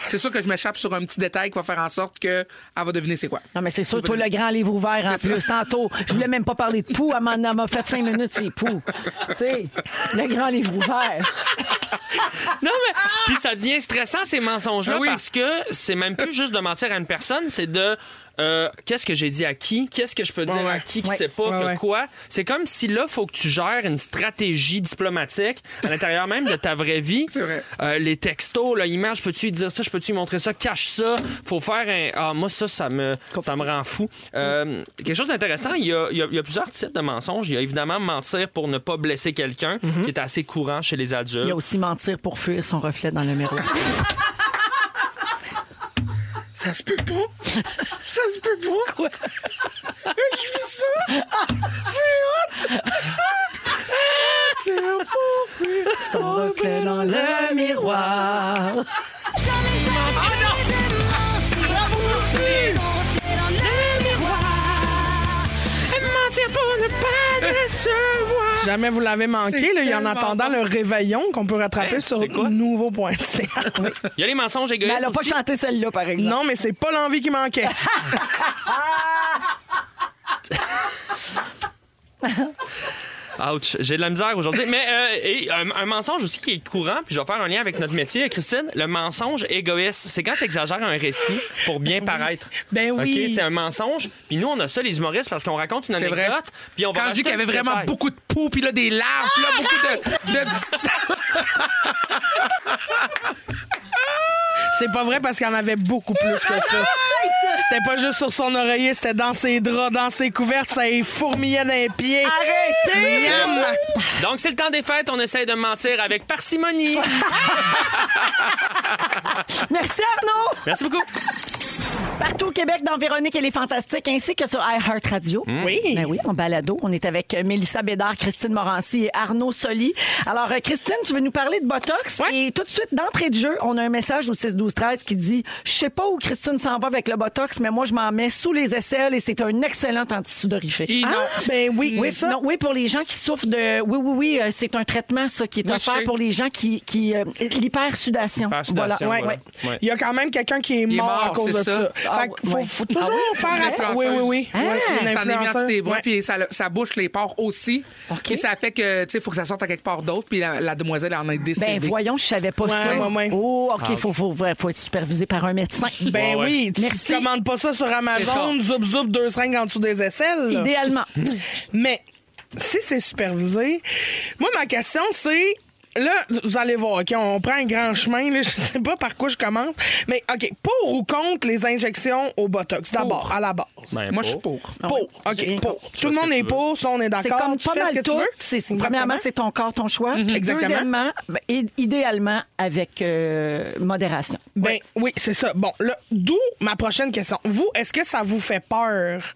D: C'est sûr que je m'échappe sur un petit détail qui va faire en sorte qu'elle va deviner c'est quoi.
E: Non, mais c'est sûr, toi, le grand livre ouvert en plus. Tantôt, je voulais même pas parler de poux. Elle m'en- elle m'a fait cinq minutes, c'est poux. Tu sais, le grand livre ouvert.
F: Non, mais. Puis ça devient stressant, ces mensonges-là,
D: Ah oui.
F: parce que c'est même plus juste de mentir à une personne, c'est de euh, qu'est-ce que j'ai dit à qui, qu'est-ce que je peux dire
C: Ouais, ouais.
F: à qui qui
C: Ouais.
F: sait pas
C: Ouais,
F: que
C: ouais.
F: quoi. C'est comme si là, faut que tu gères une stratégie diplomatique à l'intérieur même de ta vraie vie.
D: C'est vrai.
F: Euh, les textos, là, image, je peux-tu lui dire ça, je peux-tu lui montrer ça, cache ça. Faut faire un. Ah, moi, ça, ça me, ça me rend fou. Euh, quelque chose d'intéressant, il y, a, il y a- il y a plusieurs types de mensonges. Il y a évidemment mentir pour ne pas blesser quelqu'un,
C: Mm-hmm.
F: qui est assez courant chez les adultes.
E: Il y a aussi mentir pour fuir son reflet dans le miroir.
C: Ça se peut pas. Ça se peut pas. Quoi? Je fais ça. C'est hot. C'est un pauvre.
E: Son reflet dans le miroir.
C: Si jamais vous l'avez manqué,
D: C'est
C: là, il y a en
D: tellement
C: attendant le réveillon qu'on peut rattraper
F: Hein,
C: sur
F: c'est quoi?
C: nouveau.ca.
F: Il y a les mensonges
E: Mais
F: égoïstes.
E: elle n'a pas
F: aussi.
E: chanté celle-là, par exemple.
C: non, mais c'est pas l'envie qui manquait.
F: Ouch, j'ai de la misère aujourd'hui. Mais euh, et un, un mensonge aussi qui est courant, puis je vais faire un lien avec notre métier, Christine. Le mensonge égoïste, c'est quand tu exagères un récit pour bien paraître.
C: Ben oui.
F: OK, c'est un mensonge. Puis nous, on a ça, les humoristes, parce qu'on raconte une
D: C'est vrai.
F: anecdote, puis on va
D: Quand je dis
F: rajouter
D: qu'il y avait
F: un petit
D: vraiment
F: détail.
D: beaucoup de poux, puis là, des larves, puis là, beaucoup de, de petites...
C: C'est pas vrai parce qu'il y en avait beaucoup plus que ça. C'était pas juste sur son oreiller, c'était dans ses draps, dans ses couvertes, ça y fourmillait dans les pieds. Arrêtez! Miam!
F: Donc, c'est le temps des fêtes, on essaie de mentir avec parcimonie.
E: Merci, Arnaud!
F: Merci beaucoup.
E: Partout au Québec, dans Véronique et les Fantastiques, ainsi que sur iHeartRadio. Oui. Ben oui, en balado. On est avec euh, Mélissa Bédard, Christine Morancy et Arnaud Soli. Alors, euh, Christine, tu veux nous parler de Botox? Et tout de suite, d'entrée de jeu, on a un message au 6-12-13 qui dit « Je sais pas où Christine s'en va avec le Botox, mais moi, je m'en mets sous les aisselles et c'est un excellent antisudorifique.
D: Et non.
C: Ben oui,
E: Oui,
C: ça.
E: non, oui, pour les gens qui souffrent de. Oui, oui, oui, euh, c'est un traitement, ça, qui est
D: Oui, je
E: offert
D: sais.
E: pour les gens qui. qui euh, L'hypersudation. Voilà.
F: Hypersudation,
E: Ouais.
F: voilà. Ouais.
C: Il y a quand même quelqu'un qui est mort,
D: mort,
C: à cause
D: c'est
C: de
D: ça.
C: ça.
E: Ah,
C: Fait que faut,
E: ouais.
C: faut toujours faire attention. Oui, oui, oui.
D: Ah,
C: Ouais, une
D: Ça en est mis entre
C: influenceuse.
D: tes bras,
C: Ouais.
D: puis ça, ça bouche les pores aussi.
E: OK.
D: Puis ça fait que, tu sais, il faut que ça sorte à quelque part d'autre, puis la, la demoiselle en est décédée.
E: Ben voyons, je savais pas ça.
C: ouais, ouais.
E: Oh, OK,
F: Ah,
E: faut, faut, ouais, faut être supervisé par un médecin.
C: Ben
F: Ouais, ouais.
C: oui, tu
E: Merci.
C: commandes pas ça sur Amazon, zoup zoup, deux seringues en dessous des aisselles. là. Mmh.
E: Idéalement.
C: Mais si c'est supervisé, moi, ma question, c'est. Là, vous allez voir, OK, on prend un grand chemin, là, je sais pas par quoi je commence, mais OK, pour ou contre les injections au Botox, d'abord, à la base?
F: Ben,
D: Moi, je
F: pour.
D: suis pour.
E: Ah ouais,
C: Pour,
E: j'ai rien
C: OK, pour.
F: Tu
C: Tout le
F: fais ce
C: monde
F: que
C: est
F: tu
C: pour, ça, on est
E: C'est
C: d'accord.
E: comme
C: tu
E: pas
C: fais ce
E: mal
C: que tu
E: tout.
C: veux.
E: C'est- c'est-
C: Exactement. Mmh.
E: Premièrement, c'est ton corps, ton choix. Puis
C: Exactement.
E: Deuxièmement, ben, i- idéalement, avec euh, modération.
C: Ben oui, c'est ça. Bon, là, d'où ma prochaine question. Vous, est-ce que ça vous fait peur,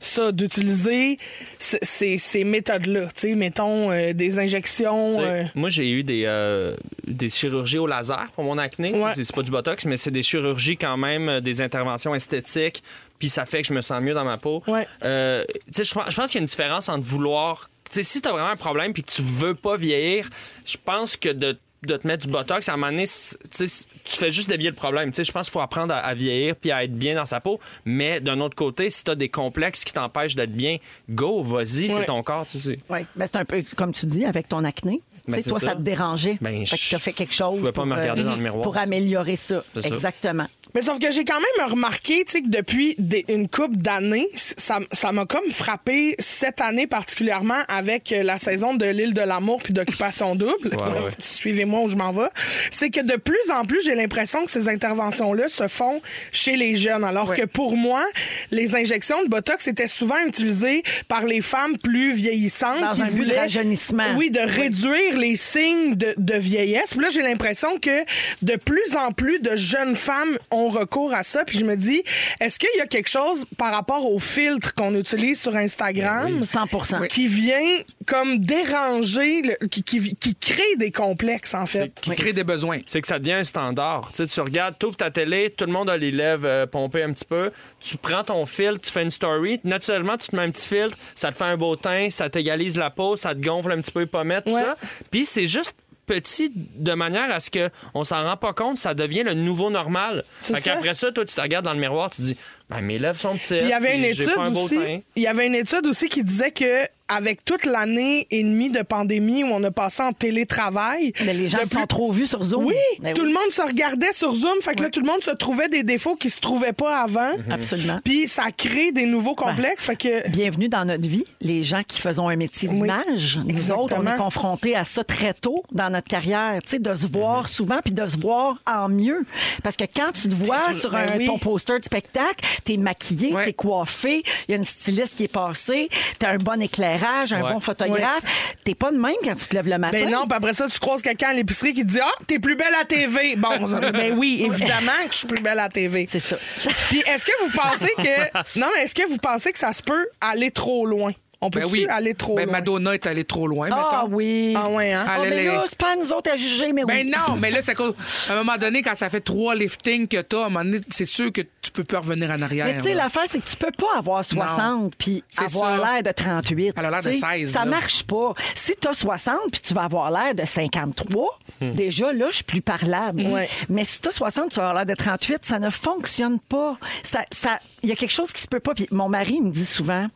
C: ça, d'utiliser ce- ces, ces méthodes-là? Tu sais, mettons, euh, des injections.
F: Tu sais,
C: euh,
F: Moi, j'ai eu des, euh, des chirurgies au laser pour mon acné.
C: Ouais.
F: C'est c'est pas du botox, mais c'est des chirurgies quand même, euh, des interventions esthétiques. Puis ça fait que je me sens mieux dans ma peau.
C: Ouais.
F: Euh, tu sais, je pense je pense qu'il y a une différence entre vouloir. Tu sais, si t'as vraiment un problème puis que tu veux pas vieillir, je pense que de de te mettre du botox, à un moment donné, c- tu sais, c- tu fais juste dévier le problème. Tu sais, je pense qu'il faut apprendre à, à vieillir puis à être bien dans sa peau. Mais d'un autre côté, si tu as des complexes qui t'empêchent d'être bien, go, vas-y,
C: Ouais.
F: c'est ton corps. Tu sais.
E: Oui. Ben, c'est un peu comme tu dis, avec ton acné. tu
F: Ben,
E: sais,
F: c'est
E: toi, ça.
F: ça.
E: te dérangeait.
F: Ben,
E: fait que
F: je-
E: tu as fait quelque chose.
F: je pouvais pas
E: pour, euh,
F: me regarder dans le miroir,
E: Pour
F: tu sais.
E: améliorer ça.
F: C'est ça.
E: Exactement.
C: Mais sauf que j'ai quand même remarqué, tu sais, que depuis des- une couple d'années, c- ça ça m'a comme frappé cette année particulièrement avec euh, la saison de l'île de l'amour puis d'occupation double.
F: Ouais, ouais.
C: Suivez-moi où je m'en vais. C'est que de plus en plus, j'ai l'impression que ces interventions-là se font chez les jeunes. Alors que pour moi, les injections de Botox étaient souvent utilisées par les femmes plus vieillissantes.
E: Dans
C: qui
E: un but de
C: voulaient-
E: rajeunissement.
C: Oui, de réduire les signes de, de vieillesse. Puis là, j'ai l'impression que de plus en plus de jeunes femmes ont recours à ça. Puis je me dis, est-ce qu'il y a quelque chose par rapport aux filtres qu'on utilise sur
F: Ben
C: Instagram
E: 100
C: qui vient comme déranger, le- qui, qui- qui crée des complexes, en fait?
D: Qui crée des besoins.
F: c'est que ça devient un standard. Tu, sais, tu regardes, tu ouvres ta télé, tout le monde a les lèvres euh, pompées un petit peu. Tu prends ton filtre, tu fais une story. Naturellement, tu te mets un petit filtre, ça te fait un beau teint, ça t'égalise la peau, ça te gonfle un petit peu les pommettes, tout
C: Ouais.
F: ça. Puis c'est juste petit de manière à ce que on s'en rend pas compte, ça devient le nouveau normal.
C: C'est
F: Fait
C: ça.
F: qu'après ça, toi, tu te regardes dans le miroir, tu dis, ben, mes lèvres sont petites.
C: Puis il y avait une
F: puis j'ai
C: étude
F: pas un beau
C: aussi.
F: teint.
C: Il y avait une étude aussi qui disait que avec toute l'année et demie de pandémie où on a passé en télétravail.
E: Mais les gens
C: de
E: se sont
C: plus-
E: trop vus sur Zoom.
C: Oui,
E: Ben
C: tout le monde se regardait sur Zoom. Fait que là, tout le monde se trouvait des défauts qui se trouvaient pas avant.
F: Mmh.
E: Absolument.
C: Puis ça crée des nouveaux complexes. Fait que.
E: Bienvenue dans notre vie, les gens qui faisons un métier
C: Oui,
E: d'image. Nous
C: exactement.
E: autres, on est confrontés à ça très tôt dans notre carrière, tu sais, de se voir
C: Mhm.
E: souvent puis de se voir en mieux. Parce que quand tu te vois
C: tu-
E: sur
C: ben
E: un,
C: oui.
E: ton poster de spectacle, t'es maquillé,
D: Ouais.
E: t'es coiffé, il y a une styliste qui est passée, t'as un bon éclairage, un
F: Ouais.
E: bon photographe. T'es pas de même quand tu te lèves le matin.
C: Ben non, puis après ça, tu croises quelqu'un à l'épicerie qui te dit Ah, t'es plus belle à TV. Bon, ben oui, évidemment que je suis plus belle à TV.
E: C'est ça.
C: Puis est-ce que vous pensez que. Non, mais est-ce que vous pensez que ça se peut aller trop loin? On peut
D: Ben oui.
C: aller trop
D: ben,
C: loin?
D: Madonna est allée trop loin,
E: Ah
D: mettons.
E: oui.
C: Ah ouais, hein?
E: Ah,
D: Allez,
E: mais
D: les-
E: là, c'est pas à nous autres à juger, mais
D: Ben
E: oui.
D: non, mais là, c'est à cause- à un moment donné, quand ça fait trois liftings que t'as, à un moment donné, c'est sûr que tu peux pas revenir en arrière.
E: Mais tu sais,
D: là.
E: l'affaire, c'est que tu peux pas avoir 60 puis
D: C'est
E: avoir
D: ça.
E: l'air de 38.
D: Elle a l'air de
E: Tu sais,
D: 16,
E: Ça
D: là.
E: marche pas. Si tu as 60 puis tu vas avoir l'air de 53, déjà là, je suis plus parlable.
C: Ouais.
E: Mais si tu as 60, tu vas avoir l'air de 38, ça ne fonctionne pas. Ça, ça, il y a quelque chose qui se peut pas. Puis mon mari me dit souvent,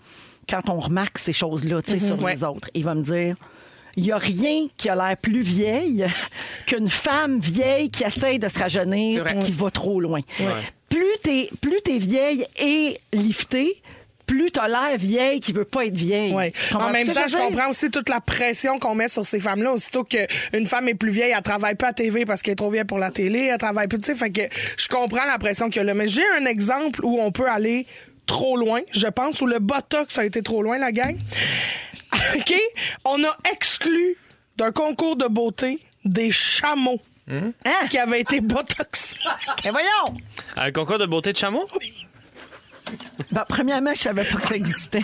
E: quand on remarque ces choses-là,
D: Mm-hmm.
E: tu sais, sur les autres, il va me dire. Il n'y a rien qui a l'air plus vieille qu'une femme vieille qui essaye de se
D: C'est
E: rajeunir
D: vrai.
E: puis qui va trop loin. Plus t'es plus t'es vieille et liftée, plus t'as l'air vieille qui veut pas être vieille.
C: Ouais.
E: Tu comprends
C: En même
E: ce que
C: temps,
E: veux
C: je
E: dire?
C: comprends aussi toute la pression qu'on met sur ces femmes-là. Aussitôt qu'une femme est plus vieille, elle travaille pas à TV parce qu'elle est trop vieille pour la télé, elle travaille plus, tu sais, fait que je comprends la pression qu'il y a là. Mais j'ai un exemple où on peut aller trop loin, je pense, où le Botox a été trop loin, la gang. OK? On a exclu d'un concours de beauté des chameaux
E: Hein?
C: qui avaient été botox.
E: Mais voyons!
F: Un Euh, concours de beauté de chameau?
E: Ben, premièrement, je savais pas que ça existait.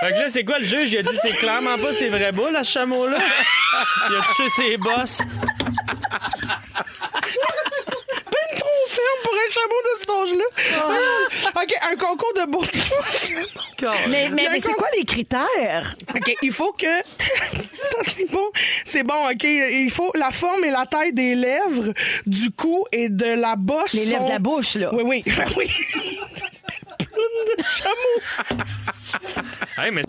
F: Fait que là, c'est quoi le juge? Il a dit c'est clairement pas ses vrais boules, à ce chameau-là. Il a touché ses bosses.
C: Ben trop ferme pour un chameau de cet
E: Ah.
C: âge-là. Ah. OK, un concours de beauté.
E: mais mais, mais
C: un
E: c'est
C: con- Ben,
E: quoi les critères?
C: OK, il faut que. Attends, c'est bon. C'est bon, OK. Il faut la forme et la taille des lèvres, du cou et de la bosse.
E: Les lèvres
C: sont-
E: de la bouche, là.
C: Oui, oui. oui. Plume de chameau.
F: Hey, mais.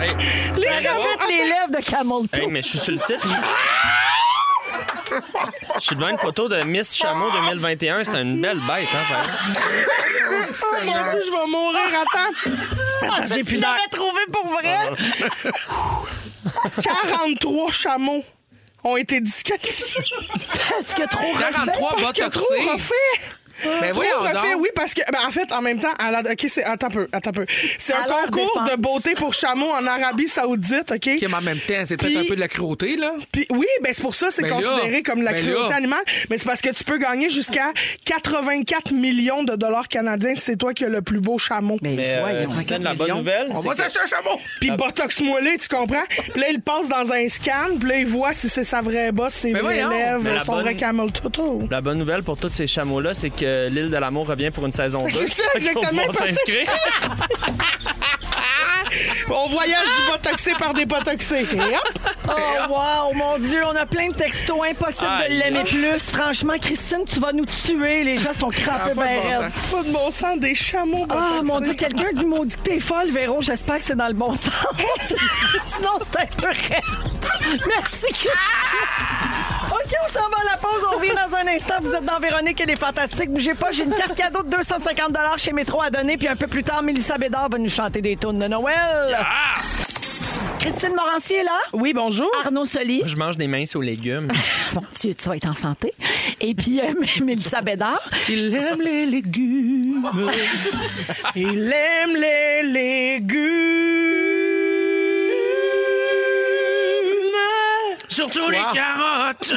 F: Hey,
C: Les chameaux.
E: Toutes les lèvres de Camel
F: hey, mais je suis sur le site. Je suis devant une photo de Miss Chameau 2021. C'est une belle bête, hein, par exemple.
C: Oh mon Dieu, je vais mourir. Attends. Attends, j'ai plus d'air.
F: ben-
E: trouvé pour vrai.
F: Ah.
C: 43 chameaux ont été disqualifiés.
E: Parce que trop refait.
D: 43
C: Parce que trop
D: botoxés.
C: refait.
D: Ben
C: Trop
D: voyons
C: refait,
D: donc.
C: oui, parce que, ben, en fait, en même temps, à la- OK, c'est, attends un peu, attends un peu. C'est
E: À
C: un
E: leur
C: concours de
E: défense.
C: beauté pour chameaux en Arabie Saoudite, OK?
D: Kim, en même temps, c'est peut-être
C: Puis-
D: un peu de la cruauté, là.
C: Puis oui, ben c'est pour ça c'est
D: Ben
C: considéré
D: là,
C: comme la
D: ben
C: cruauté
D: là.
C: animale, mais c'est parce que tu peux gagner jusqu'à 84 millions de dollars canadiens si c'est toi qui as le plus beau chameau.
F: Mais
E: Mais
F: euh,
E: voyons.
F: c'est la bonne nouvelle.
D: On
F: c'est
D: va
F: que-
D: s'acheter un chameau!
F: ah.
C: Puis botox moellé, tu comprends Puis là il passe dans un scan, puis là il voit si c'est sa vraie bosse, ses
D: Mais
C: vraies
D: Ben voyons.
F: Mais
C: lèvres,
F: la
C: son
F: bonne-
C: vrai camel toto.
F: La bonne nouvelle pour tous ces chameaux-là, c'est que l'île de l'amour revient pour une saison 2.
C: C'est ça, exactement,
F: On
C: parce que-
F: s'inscrire.
C: Ah! On voyage du botoxé par des botoxés. Et hop.
E: Oh, wow, mon Dieu, on a plein de textos. Impossible de
F: Aïe.
E: l'aimer plus. Franchement, Christine, tu vas nous tuer. Les gens sont
D: Ah, pas
E: crampés,
D: de bon
E: ben
D: sens.
E: raides.
C: Pas de bon sens des chameaux
E: Ah,
C: botoxés.
E: mon Dieu, quelqu'un dit maudit que t'es folle, Véro. J'espère que c'est dans le bon sens. Sinon, c'est un peu raide. Merci, Christine.
C: Ah!
E: OK, on s'en va à la pause. On revient dans un instant. Vous êtes dans Véronique et les Fantastiques. Bougez pas. J'ai une carte cadeau de 250 chez Métro à donner. Puis un peu plus tard, Mélissa Bédard va nous chanter des tunes de Noël. Christine Morancier est là.
C: Ah! Oui, bonjour.
E: Arnaud Soli.
F: Je mange des minces aux légumes.
E: Bon, tu, tu vas être en santé. Et puis, euh, Mélissa Bédard.
D: Il aime les légumes.
C: Il aime les légumes.
D: Surtout les carottes.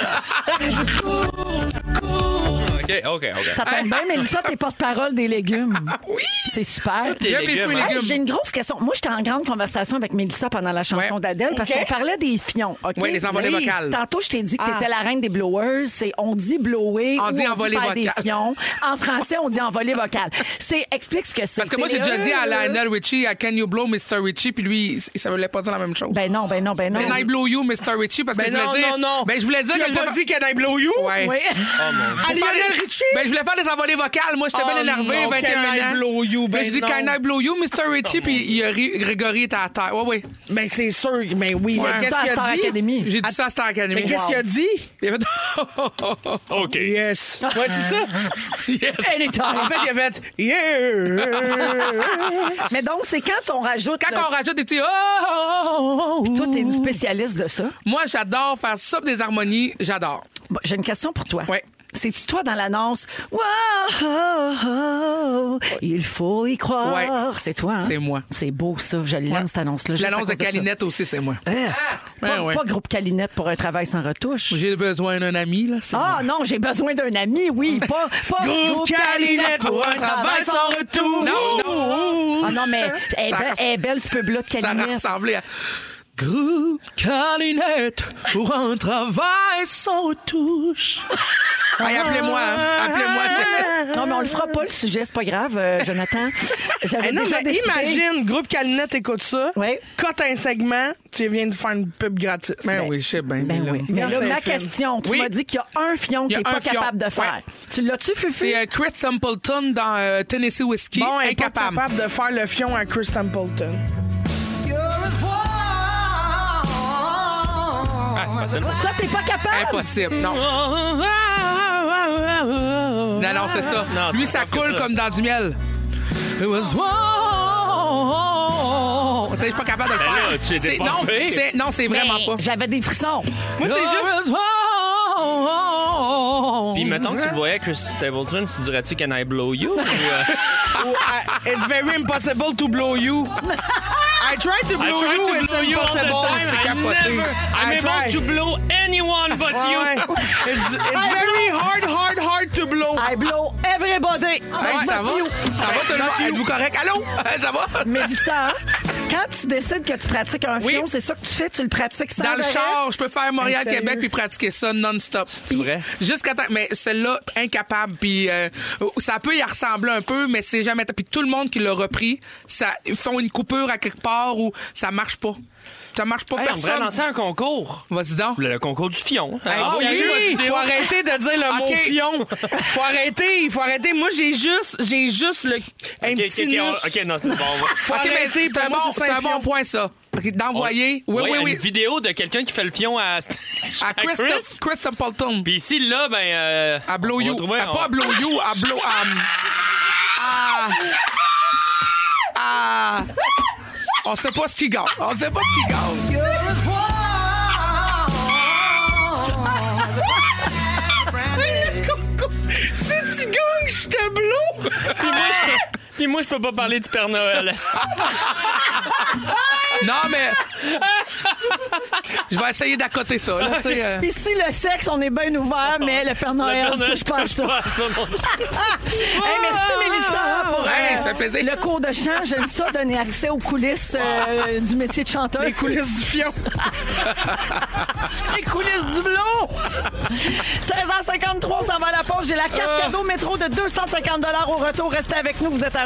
G: OK, OK, OK.
E: Ça tombe bien, Mélissa, t'es porte-parole des légumes.
C: Ah
D: Oui!
E: C'est super.
D: Il y a
G: Les
D: mes fruits
F: hein.
G: légumes,
D: et
E: Hey,
D: légumes.
E: J'ai une grosse question. Moi, j'étais en grande conversation avec Mélissa pendant la chanson
D: Ouais.
E: d'Adèle parce
C: OK.
E: qu'on parlait des fions. OK?
D: Oui, les envolées
E: Oui.
D: vocales. Ah.
E: Tantôt, je t'ai dit que t'étais la reine des blowers. C'est on dit blower.
D: On
E: ou
D: dit envolée
E: faire des
D: vocale.
E: fions. En français, on dit envolée vocale. C'est, explique ce que c'est.
D: Parce que moi,
E: C'est
D: j'ai
E: les-
D: déjà dit à Lionel Richie, à Can You Blow Mr. Richie, puis lui, il- ça voulait pas dire la même chose.
E: Ben non, ben non, ben non.
D: Can I blow you, Mr. Richie? Parce que
C: Ben
D: je
C: non,
D: voulais
C: non,
D: dire.
C: non.
D: Ben, je voulais dire
C: Tu
D: que
C: n'as
D: je
C: pas
D: voulais
C: dit Can I blow you?
D: faire- Ouais.
E: Oui.
G: Oh mon Dieu.
C: À Lionel Richie?
D: Ben, je voulais faire des envolées vocales. Moi, j'étais
C: Oh
D: bien énervé,
C: non,
D: 21
C: Can I
D: ans.
C: blow you?
D: Ben,
C: Ben
D: j'ai dit,
C: non.
D: Can I blow you, Mr. Richie? Puis il a ri- Grégory était à terre. Ouais, ouais.
C: Ben, c'est sûr. Ben oui.
D: Ouais.
C: Mais Qu'est-ce
E: Ça,
C: qu'il
E: Star
C: a dit?
E: Academy.
D: J'ai dit ça à Star Academy.
C: Mais qu'est-ce qu'il a dit?
D: Il a fait.
F: OK.
C: Yes. Ouais, c'est ça.
D: yes.
C: En fait, il a fait Yeah!
E: Mais donc, c'est quand on rajoute.
D: Ah. Quand on rajoute des petits. Oh, oh, oh, oh, oh.
E: Toi, t'es une spécialiste de ça.
D: Moi, j'adore faire ça pis des harmonies. J'adore.
E: Bon, J'ai une question pour toi.
D: Oui.
E: C'est-tu toi dans l'annonce? Wow, il faut y croire.
D: Ouais.
E: C'est toi, hein?
D: C'est moi.
E: C'est beau, ça. Je l'aime,
D: Ouais.
E: cette annonce-là. juste
D: L'annonce
E: à
D: de
E: cause ça.
D: Calinette aussi, c'est moi.
C: Eh.
D: Eh,
E: Pas,
D: Ouais, ouais.
E: pas groupe Calinette pour un travail sans retouche.
D: J'ai besoin d'un ami, là. c'est
E: Ah non, j'ai besoin d'un ami, oui. Pas, pas
C: Groupe Calinette pour un travail sans retour!
D: Non, non.
E: Ah non, mais elle est
D: Ça
E: belle-
D: res-
E: elle est belle, ce pub-là de
D: Ça va
E: Calinette.
D: ressembler à. Groupe Calinette pour un travail sans retouche.
E: Ah.
D: Hey, appelez-moi, hein. appelez-moi. c'est-
E: Non, mais on le fera pas, le sujet, c'est pas grave, euh, Jonathan. J'avais
C: Eh non,
E: déjà
C: mais
E: décidé.
C: imagine, groupe Calinette écoute ça,
E: Ouais.
C: cote un segment, tu viens de faire une pub gratis.
D: Ben oui, je sais bien.
E: Ben
D: mais là.
E: oui. Mais là,
C: Regarde,
E: ma
C: c'est le fun.
E: question, tu
D: Oui.
E: m'as dit qu'il y a un fion
D: Il y
E: qu'il
D: a
E: n'est
D: un
E: pas
D: fion.
E: capable de faire. Tu l'as-tu, Fufu?
D: C'est euh, Chris Templeton dans euh, Tennessee Whiskey,
C: Bon, elle est pas
D: incapable.
C: capable de faire le fion à Chris Templeton.
F: Ah, c'est facile.
E: Ça, t'es pas capable?
D: Impossible, non. Non, non, c'est ça.
F: Non,
D: Lui,
F: c'est
D: ça
F: pas
D: coule
F: ça.
D: comme dans du miel. It was one. T'sais, Je suis pas capable de le
F: Ben
D: faire.
F: là, tu étais
D: C'est-
F: pas
D: non,
F: pire.
D: c'est- non, c'est vraiment
E: Mais
D: pas.
E: J'avais des frissons.
C: Moi, c'est juste.
F: Puis mettons que tu le voyais, Chris Stapleton, tu dirais-tu Can I blow you? Ou, euh,
C: Oh, I- it's very impossible to blow you. I try to
F: I
C: blow
F: tried
C: you,
F: to
C: it's
F: blow you all the
C: impossible.
F: time.
D: c'est
F: I
D: capoté.
F: never-
C: I
F: I'm
C: tried.
F: able to blow anyone but
C: Ouais, ouais.
F: you.
C: It's, it's very hard, hard, hard to blow.
E: I blow
D: Hey,
E: everybody. I
D: Ah, ben ça
E: blow
D: va?
E: you.
D: Ça va tout le monde? Êtes-vous correct? Allô? Ça va?
E: Mélissa, hein, quand tu décides que tu pratiques un
D: Oui.
E: fion, c'est ça que tu fais? Tu le pratiques sans
D: Dans le
E: arrêt?
D: char, je peux faire Montréal-Québec
E: sérieux?
D: puis pratiquer ça non-stop. C'est
F: vrai?
D: Jusqu'à temps. Mais celle-là, incapable. Puis euh, ça peut y ressembler un peu, mais c'est jamais. Puis tout le monde qui l'a repris, ça, ils font une coupure à quelque part où ça marche pas. Ça marche pas
F: Hey, on
D: personne.
F: devrait lancer un concours.
D: Vas-y donc.
F: Le, le concours du fion.
C: Hey,
F: Ah,
C: sérieux,
F: oui!
C: Faut arrêter de dire le
D: Ok.
C: mot fion. Faut arrêter, faut arrêter. Moi, j'ai juste, j'ai juste le, un
F: Ok,
C: petit
F: ok, ok,
C: nus.
F: on- ok, non, c'est bon. on va-
D: Ok, mais
C: arrêter,
D: c'est un,
C: pour moi,
D: bon,
C: c'est
D: c'est un
C: Saint-Fion.
D: bon point, ça. Ok, D'envoyer.
F: Ouais,
D: Oui, oui,
F: une
D: oui.
F: vidéo de quelqu'un qui fait le fion à,
D: À Chris,
F: Chris.
D: Chris Templeton.
F: Puis ici, là, ben. euh,
D: À
F: on
D: Blow
F: va
D: You.
F: trouver-
D: à
F: on-
D: pas Blow You, à Blow. À. à- à- On sait pas ce qu'il gagne. On sait pas ce qu'il gagne.
C: Si tu gagnes, je te blow.
F: Puis moi, je peux- Puis moi, je peux pas parler du Père Noël. asti.
D: Non, mais. Je vais essayer d'accoter ça, là, tu sais, euh.
E: Ici, le sexe, on est bien ouvert, mais le Père Noël,
F: Père Noël,
E: touche pas à ça.
F: pas à ça, non.
E: Hey, merci, Mélissa, pour
D: Hey, ça fait plaisir.
E: le cours de chant. J'aime ça, donner accès aux coulisses
D: Ah!
E: euh, du métier de chanteur.
C: Les coulisses du fion.
E: les coulisses du blond. 16h53, on s'en va à la pause. J'ai la carte
D: Ah.
E: cadeau métro de 250 au retour. Restez avec nous, vous êtes à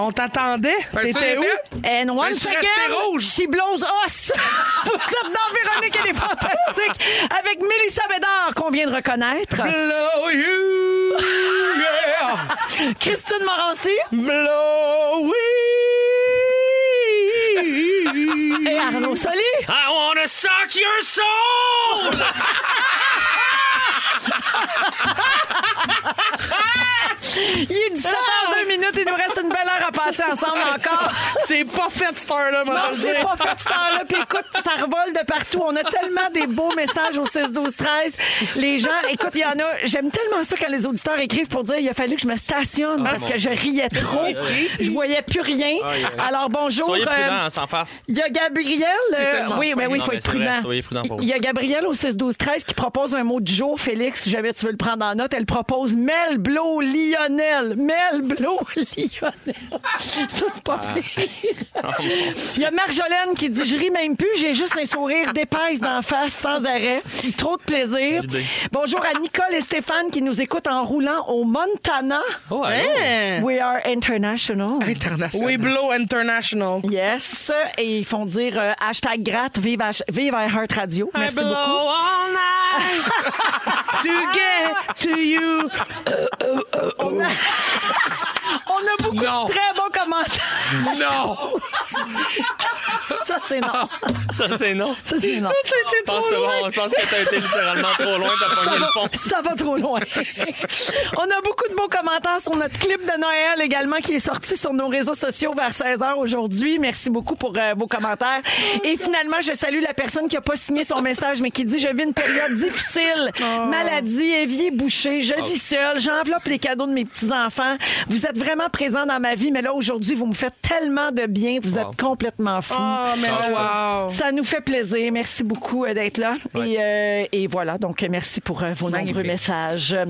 C: On t'attendait.
D: Ben, ça,
C: T'étais
D: les
C: où?
D: belles.
E: And
D: Mais
E: one
D: je suis resté
E: second,
D: rouge.
E: she blows us. vous êtes dans Véronique et les Fantastiques avec Mélissa Bédard qu'on vient de reconnaître.
D: Blow You! Yeah!
E: Christine Morancy
D: Blow
E: et Arnaud Soli.
F: I wanna suck your soul!
E: Il est 17 h 2 minutes. minutes. Il nous reste une belle heure à passer ensemble encore.
C: C'est pas fait, cette heure-là, mon
E: Non,
C: Dieu.
E: c'est pas fait cette heure-là. Puis écoute, ça revole de partout. On a tellement des beaux messages au 6, 12, 13. Les gens, écoute, il y en a. J'aime tellement ça quand les auditeurs écrivent pour dire il a fallu que je me stationne
F: Ah,
E: parce que je riais trop. Je voyais plus rien. Alors bonjour.
F: Soyez
E: euh,
F: prudents, hein, sans farce.
E: il y a Gabriel. euh,
D: tellement
E: oui,
D: fin.
E: mais oui, il
F: Non,
E: faut
F: mais
E: être
F: c'est vrai,
E: prudent.
F: soyez prudent pour
E: Il y a Gabriel au 6-12-13 qui propose un mot de jour. Félix, si jamais tu veux le prendre en note, elle propose Mel Blo Lionel. Mel Blo Lionel. Ça, c'est pas
F: Ah.
E: pire.
F: Oh,
E: Il y a Marjolaine qui dit Je ris même plus, j'ai juste un sourire d'épaisse d'en face sans arrêt. Trop de plaisir. Bonjour à Nicole et Stéphane qui nous écoutent en roulant au Montana.
F: Oh, allô?
C: Hein?
E: We are international.
D: International.
C: We blow international.
E: Yes. Et ils font dire euh, hashtag gratte, vive, H- vive iHeart Radio. Merci
F: I blow
E: beaucoup.
F: all night.
C: to get to you.
E: On a beaucoup
D: Non.
E: de très bons commentaires.
D: Non!
E: Ça, c'est non.
F: Ça, c'est non.
E: Ça, c'est non.
F: Je pense, que- je pense que t'as été littéralement trop loin de pogner le fond.
E: Ça va trop loin. On a beaucoup de beaux commentaires sur notre clip de Noël également qui est sorti sur nos réseaux sociaux vers 16h aujourd'hui. Merci beaucoup pour euh, vos commentaires. Et finalement, je salue la personne qui n'a pas signé son message mais qui dit Je vis une période difficile, maladie, évier bouché, je vis seule, j'enveloppe les cadeaux de mes petits-enfants. Vous êtes vraiment présents dans ma vie, mais là aujourd'hui, vous me faites tellement de bien, vous êtes complètement fous.
C: Oh, mais
D: Oh, wow!
E: Ça nous fait plaisir. Merci beaucoup euh, d'être là. Et, euh, et voilà, donc euh, merci pour euh, vos nombreux messages. Euh,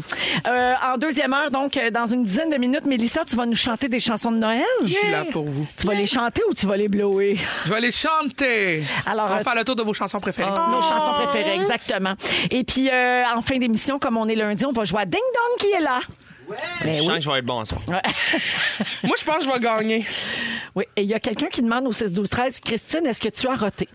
E: en deuxième heure, donc, euh, dans une dizaine de minutes, Mélissa, tu vas nous chanter des chansons de Noël.
D: Je suis là pour vous.
E: Tu vas les chanter ou tu vas les blower?
D: Je vais aller chanter.
E: Alors, Ah.
D: on va
E: euh,
D: faire
E: tu-
D: le tour de vos chansons préférées.
E: Nos chansons préférées, exactement. Et puis, euh, en fin d'émission, comme on est lundi, on va jouer à Ding Dong qui est là.
F: Je sens que je vais être bon ce soir.
C: Moi, je pense que je vais gagner.
E: Oui, et il y a quelqu'un qui demande au 6-12-13, Christine, est-ce que tu as roté?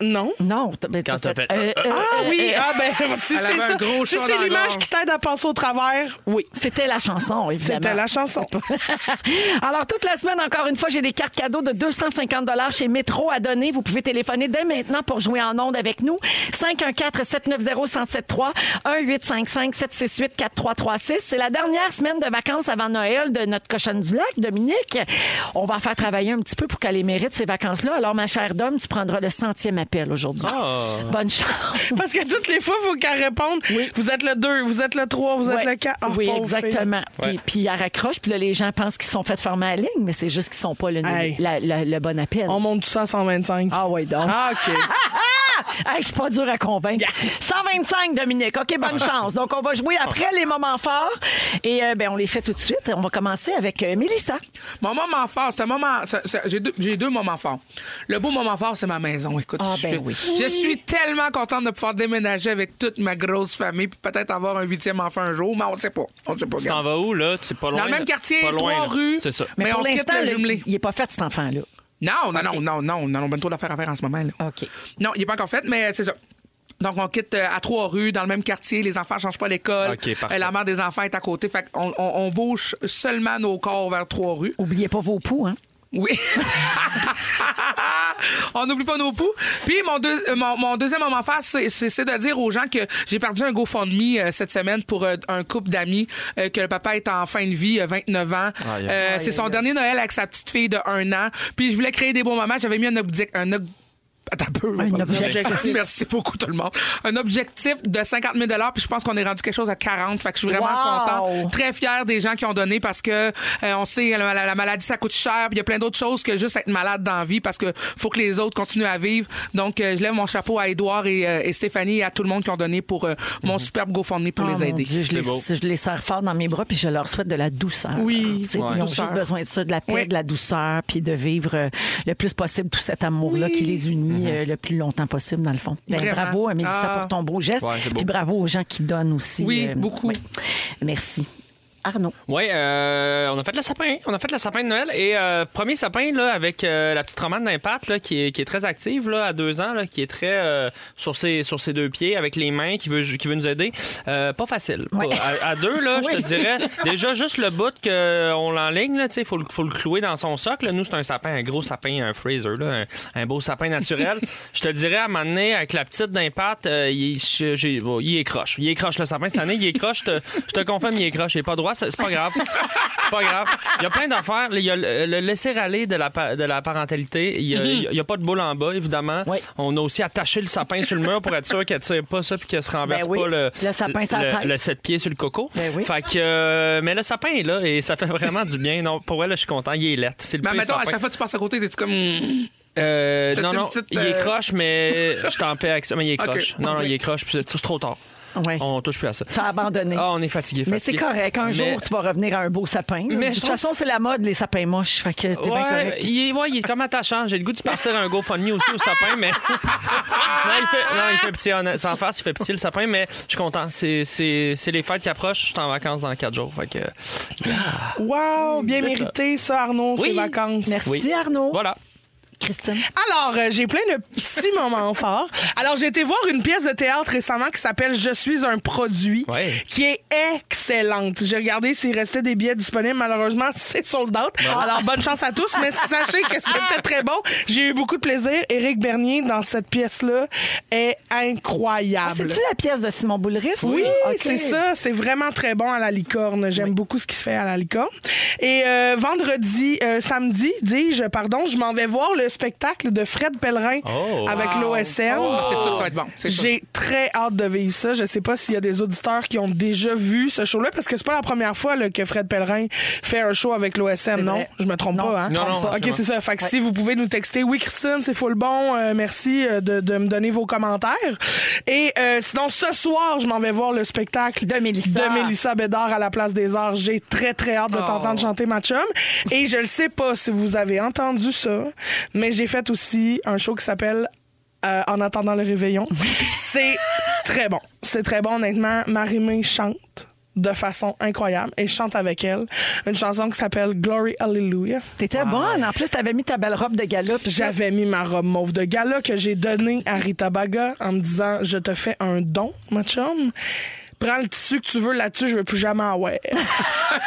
C: Non?
E: Non. t'as- ben,
F: Quand
E: t'as
F: t'as fait,
E: euh, euh,
C: Ah oui, ah ben, si
D: Elle
C: c'est
D: avait un
C: ça,
D: gros
C: si
D: chat
C: c'est
D: dans la
C: l'image
D: gorge.
C: qui t'aide à passer au travers, oui,
E: C'était la chanson, évidemment.
C: c'était la chanson.
E: Alors, toute la semaine, encore une fois, j'ai des cartes cadeaux de 250 chez Métro à donner. Vous pouvez téléphoner dès maintenant pour jouer en ondes avec nous. 514-790-1073, 1-855-768-4336. C'est la dernière semaine de vacances avant Noël de notre cochonne du lac, Dominique. On va faire travailler un petit peu pour qu'elle les mérite, ces vacances-là. Alors, ma chère Dom, tu prendras le centième appel aujourd'hui. Bonne chance.
C: Parce que toutes les fois, il faut qu'elle réponde. Vous êtes le 2, vous êtes le 3, vous êtes
E: Ouais.
C: le 4. Ah,
E: oui,
C: pauvre
E: exactement. Puis, puis elle raccroche, puis là, les gens pensent qu'ils sont faits de former à la ligne, mais c'est juste qu'ils sont pas le,
C: Hey.
E: la- la- le bon appel.
C: fille. On monte tout ça à 125.
E: Ah oui, donc.
C: Ah, OK.
E: Hey, je suis pas dure à convaincre. 125, Dominique. OK, bonne
C: Ah.
E: chance. Donc, on va jouer après les moments forts. Et euh, ben, on les fait tout de suite. On va commencer avec euh, Mélissa.
D: Mon moment fort, c'est un moment. ça- ça- J'ai deux, j'ai deux moments forts. Le beau moment fort, c'est ma maison. Écoute,
E: Ah,
D: je,
E: ben
D: suis,
E: oui.
D: je suis tellement contente de pouvoir déménager avec toute ma grosse famille, puis peut-être avoir un huitième enfant un jour, mais on ne sait pas. On sait pas.
F: Tu t'en
D: regarde.
F: vas où, là? C'est pas loin.
D: Dans le même
F: là.
D: quartier,
F: Pas loin,
D: trois
F: là.
D: rues.
F: C'est ça.
D: Mais on
E: pour
D: quitte
E: l'instant,
D: le
E: là,
D: jumelé.
E: il n'est pas fait, cet enfant-là.
D: Non, non, non, non, non, non, on a bien trop d'affaires à faire en ce moment. Là.
E: OK.
D: Non, il n'est pas encore fait, mais c'est ça. Donc, on quitte euh, à trois rues, dans le même quartier, les enfants ne changent pas l'école.
F: OK, parfait.
D: la mère des enfants est à côté. Fait qu'on on, on bouge seulement nos corps vers trois rues.
E: Oubliez pas vos poux, hein?
D: Oui. on n'oublie pas nos poux. Puis mon, deux- euh, mon, mon deuxième moment fort, c'est- c'est c'est de dire aux gens que j'ai perdu un GoFundMe euh, cette semaine pour euh, un couple d'amis euh, que le papa est en fin de vie, euh, 29 ans.
F: Aïe, aïe.
D: Euh, c'est son dernier Noël avec sa petite fille de 1 an. Puis je voulais créer des bons moments. J'avais mis un objet... Un ob- Attends un peu,
E: Un
D: pardon.
E: objectif.
D: Merci beaucoup tout le monde. Un objectif de 50 000 puis je pense qu'on est rendu quelque chose à 40. Fait que je suis vraiment
E: Wow.
D: contente très fière des gens qui ont donné parce que euh, on sait la, la- la maladie ça coûte cher, puis il y a plein d'autres choses que juste être malade dans la vie parce que faut que les autres continuent à vivre. Donc euh, je lève mon chapeau à Édouard et, euh, et Stéphanie et à tout le monde qui ont donné pour euh, mon superbe GoFundMe pour
E: Ah,
D: les
E: mon
D: aider.
E: Dieu, je, les, je les serre fort dans mes bras puis je leur souhaite de la douceur. Oui, ils ont juste besoin de ça, de la paix,
D: Oui.
E: de la douceur, puis de vivre euh, le plus possible tout cet amour-là qui les unit
F: Mhm.
E: euh, le plus longtemps possible, dans le fond. Ben,
D: Vraiment.
E: bravo, Mélissa,
D: Ah.
E: pour ton beau geste.
F: Ouais, c'est beau.
E: puis bravo aux gens qui donnent aussi. euh,
D: Oui, beaucoup.
E: Merci. Arnaud.
F: Oui, euh, on a fait le sapin. On a fait le sapin de Noël. Et euh, premier sapin, là, avec euh, la petite romane d'impact, là, qui est, qui est très active, là, à deux ans, là, qui est très euh, sur, ses, sur ses deux pieds, avec les mains, qui veut, qui veut nous aider. Euh, pas facile. Pas- À, à deux, là, je te dirais, déjà, juste le bout qu'on l'enligne, là, tu sais, faut, le- faut le clouer dans son socle. Nous, c'est un sapin, un gros sapin, un freezer, là, un, un beau sapin naturel. je te dirais, à un moment donné, avec la petite d'impact, euh, il, j'ai- bon, il est croche. Il est croche, le sapin, cette année, il est croche. Je te, je te confirme, il est croche. Il n'est pas droit, c'est pas grave. C'est pas grave. Il y a plein d'affaires. Il y a le, le laisser-aller de la, pa- de la parentalité. Il y a, il y a pas de boule en bas, évidemment.
E: Mm-hmm. Oui.
F: On a aussi attaché le sapin sur le mur pour être sûr qu'elle tire pas ça puis qu'elle se renverse
E: Ben oui.
F: pas le,
E: Le sapin sur la
F: le-
E: tête.
F: le sept pieds sur le coco.
E: Ben oui.
F: Fait que, euh, mais le sapin est là et ça fait vraiment du bien. Non, pour elle, je suis content. Il est lettre. C'est le
D: Mais
F: pire
D: mettons, à
F: sapin.
D: chaque fois que tu passes à côté, t'es-tu comme.
E: Ah,
F: Euh,
D: T'as-tu
F: non,
D: une
F: non,
D: petite,
F: il est
D: euh,
F: croche, mais je t'en paix avec ça. Mais il est
D: Ok,
F: croche. Non, non,
D: parfait.
F: il est croche, puis c'est c'est trop tard.
E: Ouais.
F: On touche plus à ça.
E: Ça a abandonné.
F: Ah, on est fatigué.
E: Mais c'est
F: fatigué.
E: correct. Un
F: Mais-
E: jour, tu vas revenir à un beau sapin.
F: Mais
E: de toute
F: je trouve
E: façon,
F: que-
E: c'est la mode, les sapins moches. Fait que t'es bien correct.
F: Ouais, il est, ouais, il est comme attachant. J'ai le goût de partir à un GoFundMe aussi au sapin, mais. non, il fait, non, il fait petit. honnête- Sans face, il fait petit le sapin, mais je suis content. C'est, c'est, c'est les fêtes qui approchent. Je suis en vacances dans quatre jours. Fait que.
C: Wow, bien
F: C'est ça.
C: mérité, ça, Arnaud,
F: Oui.
C: ces vacances.
E: Merci,
F: Oui.
E: Arnaud.
F: Voilà.
E: Christine.
C: Alors, euh, j'ai plein de petits moments forts. Alors, j'ai été voir une pièce de théâtre récemment qui s'appelle Je suis un produit,
F: Ouais.
C: qui est excellente. J'ai regardé s'il restait des billets disponibles. Malheureusement, c'est sold out. Alors, bonne chance à tous, mais sachez que c'était très bon. J'ai eu beaucoup de plaisir. Éric Bernier, dans cette pièce-là, est incroyable.
E: Ah, C'est-tu la pièce de Simon Boulris?
C: Ah,
E: Ah,
C: Oui,
E: Ok.
C: c'est ça. C'est vraiment très bon à la licorne. J'aime beaucoup ce qui se fait à la licorne. Et euh, vendredi, euh, samedi, dis-je, pardon, je m'en vais voir le spectacle de Fred Pellerin
F: Oh.
C: avec l'OSM.
D: Ah, c'est sûr que ça va être bon. C'est sûr.
C: J'ai très hâte de vivre ça. Je sais pas s'il y a des auditeurs qui ont déjà vu ce show-là, parce que c'est pas la première fois là, que Fred Pellerin fait un show avec l'OSM, non?
E: vrai.
C: Je me trompe pas, hein?
F: Non, non,
C: OK,
F: absolument.
C: c'est ça. Fait que si vous pouvez nous texter, oui, Christine, c'est full bon. Euh, merci euh, de, de me donner vos commentaires. Et euh, sinon, ce soir, je m'en vais voir le spectacle
E: De Mélissa.
C: de Mélissa Bédard à la Place des Arts. J'ai très, très hâte de
D: Oh.
C: t'entendre chanter, ma chum. Et je le sais pas si vous avez entendu ça, mais j'ai fait aussi un show qui s'appelle euh, En attendant le réveillon. C'est très bon. C'est très bon, honnêtement. Marie-Mé chante de façon incroyable et je chante avec elle une chanson qui s'appelle Glory Hallelujah.
E: T'étais bonne. En plus, t'avais mis ta belle robe de galop.
C: J'avais mis ma robe mauve de gala que j'ai donnée à Rita Baga en me disant Je te fais un don, ma chum. Prends le tissu que tu veux là-dessus, je veux plus jamais en wear.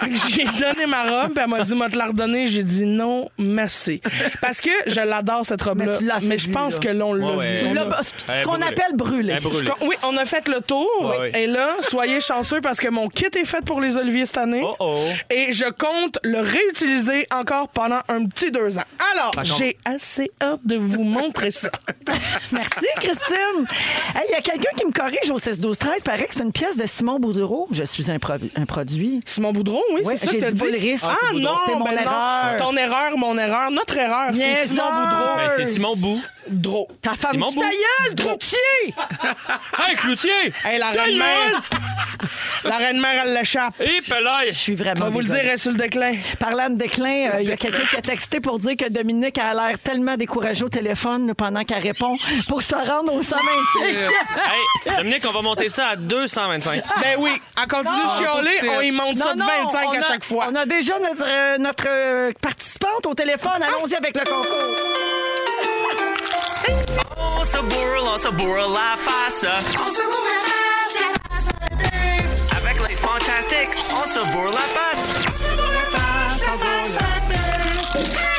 C: Fait que j'ai donné ma robe, puis elle m'a dit M'a te la redonner. J'ai dit non, merci. Parce que je l'adore, cette robe-là.
E: Mais tu l'as
C: Mais,
E: assez
C: je
E: vu,
C: pense
E: là.
C: que l'on l'a
F: ouais.
C: vu.
F: Tu
C: On
E: Là,
C: l'a-
E: ce
F: Elle est
E: qu'on
F: brûlée.
E: appelle brûlé.
F: Elle est brûlée.
C: Ce qu'on- Oui, on a fait le tour.
F: Ouais, ouais.
C: Et là, soyez chanceux parce que mon kit est fait pour les oliviers cette année.
F: Oh, oh.
C: Et je compte le réutiliser encore pendant un petit deux ans. Alors,
F: Ah,
C: j'ai assez hâte de vous montrer ça. Ah,
E: Merci, Christine. Hey, Il y a quelqu'un qui me corrige au 16-12-13. Paraît que c'est une pièce de Simon Boudreau. Je suis un, pro- un produit.
C: Simon Boudreau, oui,
E: Ouais,
C: c'est ça
E: j'ai
C: que t'as
E: dit
C: dit.
E: Boulris.
C: Ah,
E: Ah, c'est Boudreau.
C: non,
E: C'est mon
C: ben non.
E: erreur.
C: Ton erreur, mon erreur, notre erreur. C'est
E: Niaiseuse.
C: Simon Boudreau.
F: Ben, c'est Simon Bou.
C: Boudreau.
E: Ta femme
F: Simon
E: dit
F: Bou-
E: ta gueule,
C: Boudreau.
E: Cloutier!
F: Hey, Cloutier!
C: Hey, la
F: Ta
C: reine-mère.
F: gueule!
C: La reine-mère, elle l'échappe.
F: Et
E: Je suis
C: On
E: vraiment
C: va vous le dire,
E: désolée.
C: elle est sur le déclin.
E: Parlant de déclin, euh, il y a quelqu'un qui a texté pour dire que Dominique a l'air tellement découragé au téléphone pendant qu'elle répond pour se rendre au 125.
F: Hey, Dominique, on va monter ça à 225.
C: Ben oui, elle continue de
D: tout de
C: chialer,
D: suite.
C: on y monte ça de
E: Ah, Non, non,
C: 25
E: on
C: à
E: a-
C: chaque fois.
E: On a déjà notre, euh, notre euh, participante au téléphone. Allons-y avec le concours.
H: On se bourre, on se bourre la face. On se bourre la face, Avec les fantastiques, on se bourre la face.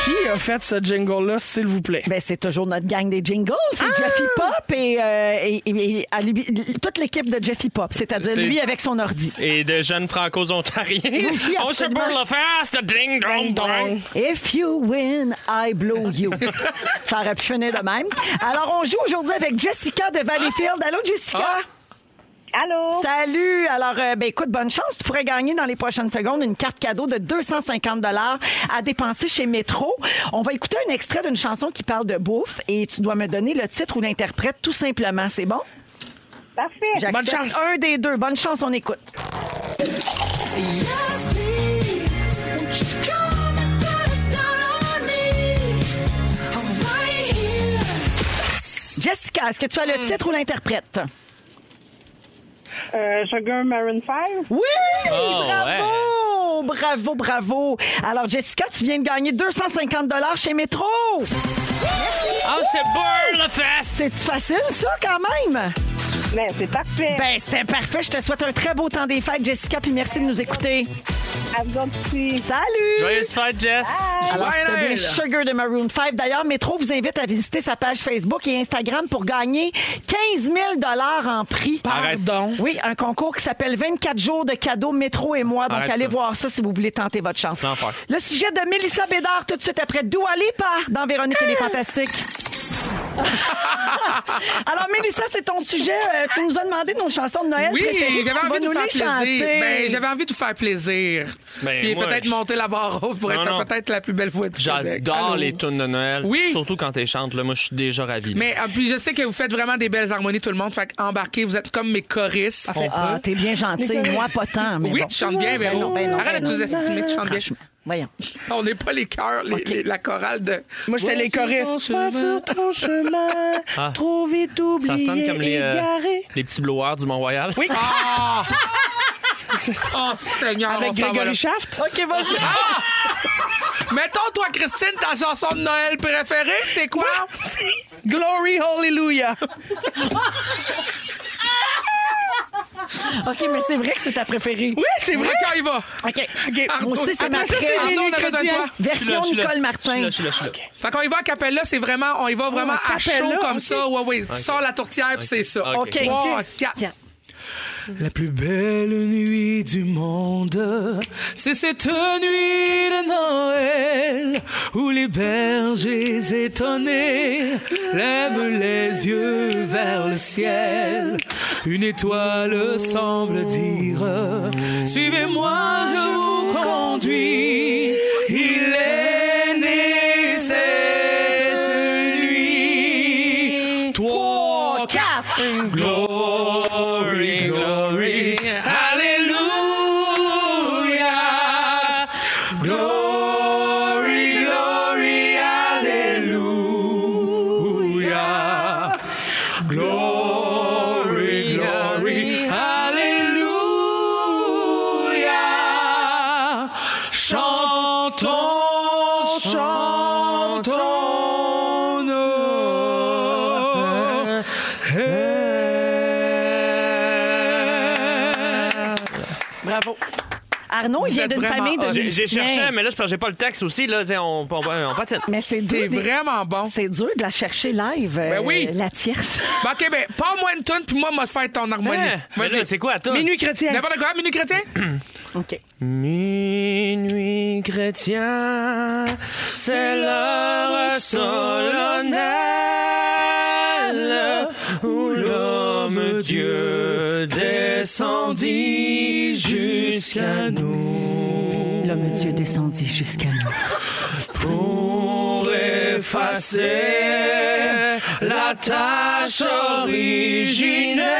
C: Qui a fait ce jingle-là, s'il vous plaît?
E: Ben, c'est toujours notre gang des jingles. C'est Jeffy Pop et, euh, et- et- et- à lui- toute l'équipe de Jeffy Pop, c'est-à-dire
F: C'est-
E: lui avec son ordi.
F: Et de jeunes franco-ontariens.
E: Oui,
F: on se
E: absolument.
F: bourre la face de ding dong dong.
E: If you win, I blow you. Ça aurait pu finir de même. Alors, on joue aujourd'hui avec Jessica de Valleyfield. Allô,
C: Ah.
E: Jessica?
G: Ah. Allô?
E: Salut! Alors, euh, ben, écoute, bonne chance. Tu pourrais gagner dans les prochaines secondes une carte cadeau de 250 à dépenser chez Métro. On va écouter un extrait d'une chanson qui parle de bouffe et tu dois me donner le titre ou l'interprète tout simplement. C'est bon?
G: Parfait.
E: J'accepte
C: Bonne chance.
E: Un des deux. Bonne chance, on écoute. Jessica, est-ce que tu as le titre ou l'interprète?
G: Euh, Sugar Maroon 5.
E: Oui!
F: Oh,
E: bravo! Bravo, bravo! Alors, Jessica, tu viens de gagner 250 chez Métro!
F: On se bourre la face.
E: C'est facile, ça, quand même?
I: Mais c'est parfait.
E: Ben, c'était parfait. Je te souhaite un très beau temps des fêtes, Jessica, puis merci de nous écouter.
I: À vous autres aussi.
E: Salut!
F: Joyeuse fête, Jess!
D: Joyeux
E: C'était bien
D: Noël.
E: Sugar de Maroon 5. D'ailleurs, Métro vous invite à visiter sa page Facebook et Instagram pour gagner 15 000 en prix.
C: Pardon.
E: Oui, un concours qui s'appelle 24 jours de cadeaux Métro et moi. Donc,
F: Arrête
E: allez
F: ça.
E: voir ça si vous voulez tenter votre chance.
F: Sans faire.
E: Le sujet de Mélissa Bédard tout de suite après Dua Lipa dans Véronique et les Fantastiques. Alors, Mélissa, c'est ton sujet. Euh, tu nous as demandé nos chansons de Noël
D: Oui,
E: préférées.
D: j'avais
E: Tu vas
D: envie de
E: nous
D: vous faire
E: les
D: plaisir.
E: chanter.
D: Ben, j'avais envie de vous faire plaisir.
F: Ben,
D: Puis
F: moi,
D: peut-être
F: je-
D: monter la barre haute pour
F: Non,
D: être
F: non.
D: peut-être la plus belle voix du Québec. Allô?
F: J'adore les tunes de Noël.
D: Oui.
F: Surtout quand t'es chantes, là. Moi, je suis déjà ravi. là.
D: Mais en plus, je sais que vous faites vraiment des belles harmonies, tout le monde. Fait embarquez, vous êtes comme mes choristes.
J: Ah, t'es bien gentil. Moi, pas tant. Mais
D: oui,
J: bon.
D: tu chantes bien,
J: Ben non,
D: Véro.
J: ben non,
D: Arrête de
J: ben
D: nous
J: non.
D: estimer, tu chantes bien.
J: Voyons.
D: On n'est pas les chœurs, les- les- la chorale de.
C: Moi, j'étais les choristes. Pas sur ton chemin,
F: Ah.
C: trop vite
F: Ça
C: oublié,
F: sonne comme les, euh,
C: égaré.
F: les petits blowers du Mont-Royal.
C: Oui,
D: Ah! oh, Seigneur,
C: avec
D: on s'en va là.
C: Grégory Shaft.
E: OK, vas-y.
D: Mettons, toi, Christine, ta chanson de Noël préférée, c'est quoi?
C: Glory, hallelujah.
E: OK, mais c'est vrai que c'est ta préférée.
C: Oui, c'est vrai.
D: Quand il va.
E: OK.
C: OK.
F: Ah.
D: Arnaud,
E: Moi aussi, c'est ma
C: Après ça,
E: préférée.
C: c'est
D: Arnaud,
C: Lily
D: on a besoin de
C: Chrétien.
D: toi.
F: Je suis
E: Version
F: là, je suis là.
E: Nicole
F: Je suis
E: Martin.
F: là, je suis là, je suis là.
D: Fait qu'on y va à Capella, c'est vraiment, on y va vraiment
C: Oh,
D: à chaud
C: Capella,
D: comme
C: ok.
D: ça. Ouais, ouais. Tu sors la tourtière, puis c'est ça.
F: Ok.
E: OK.
D: Trois, quatre. La plus belle nuit du monde, c'est cette nuit de Noël où les bergers étonnés lèvent les yeux vers le ciel. Une étoile semble dire Suivez-moi, je vous conduis. Il est né cette nuit. Trois, quatre. Glory, glory, hallelujah. Glory, glory, hallelujah. Glory, glory, hallelujah. Chantons, chantons nos
E: Bravo. Arnaud, il
D: Vous
E: vient
D: êtes
E: d'une
D: vraiment
E: famille de
D: hot.
F: J'ai j'ai
E: musiciens.
F: cherché, mais là, c'est parce que j'ai pas le texte aussi. Là, Tiens, on, on, on patine.
E: Mais c'est dur.
D: T'es
E: des-
D: vraiment bon.
E: C'est dur de la chercher live. euh,
D: Ben oui.
E: La tierce.
D: Bon, OK, ben, parle-moi une tonne, puis moi, m'a faire ton harmonie.
F: Hein? Mais là,
D: Vas-y.
F: C'est quoi, toi?
C: Minuit chrétien.
D: N'importe quoi, menu chrétien?
E: OK.
F: Minuit chrétien, c'est l'heure solennelle où l'homme Dieu descendit jusqu'à nous
J: L'homme Dieu descendit jusqu'à nous.
F: pour effacer la tâche originelle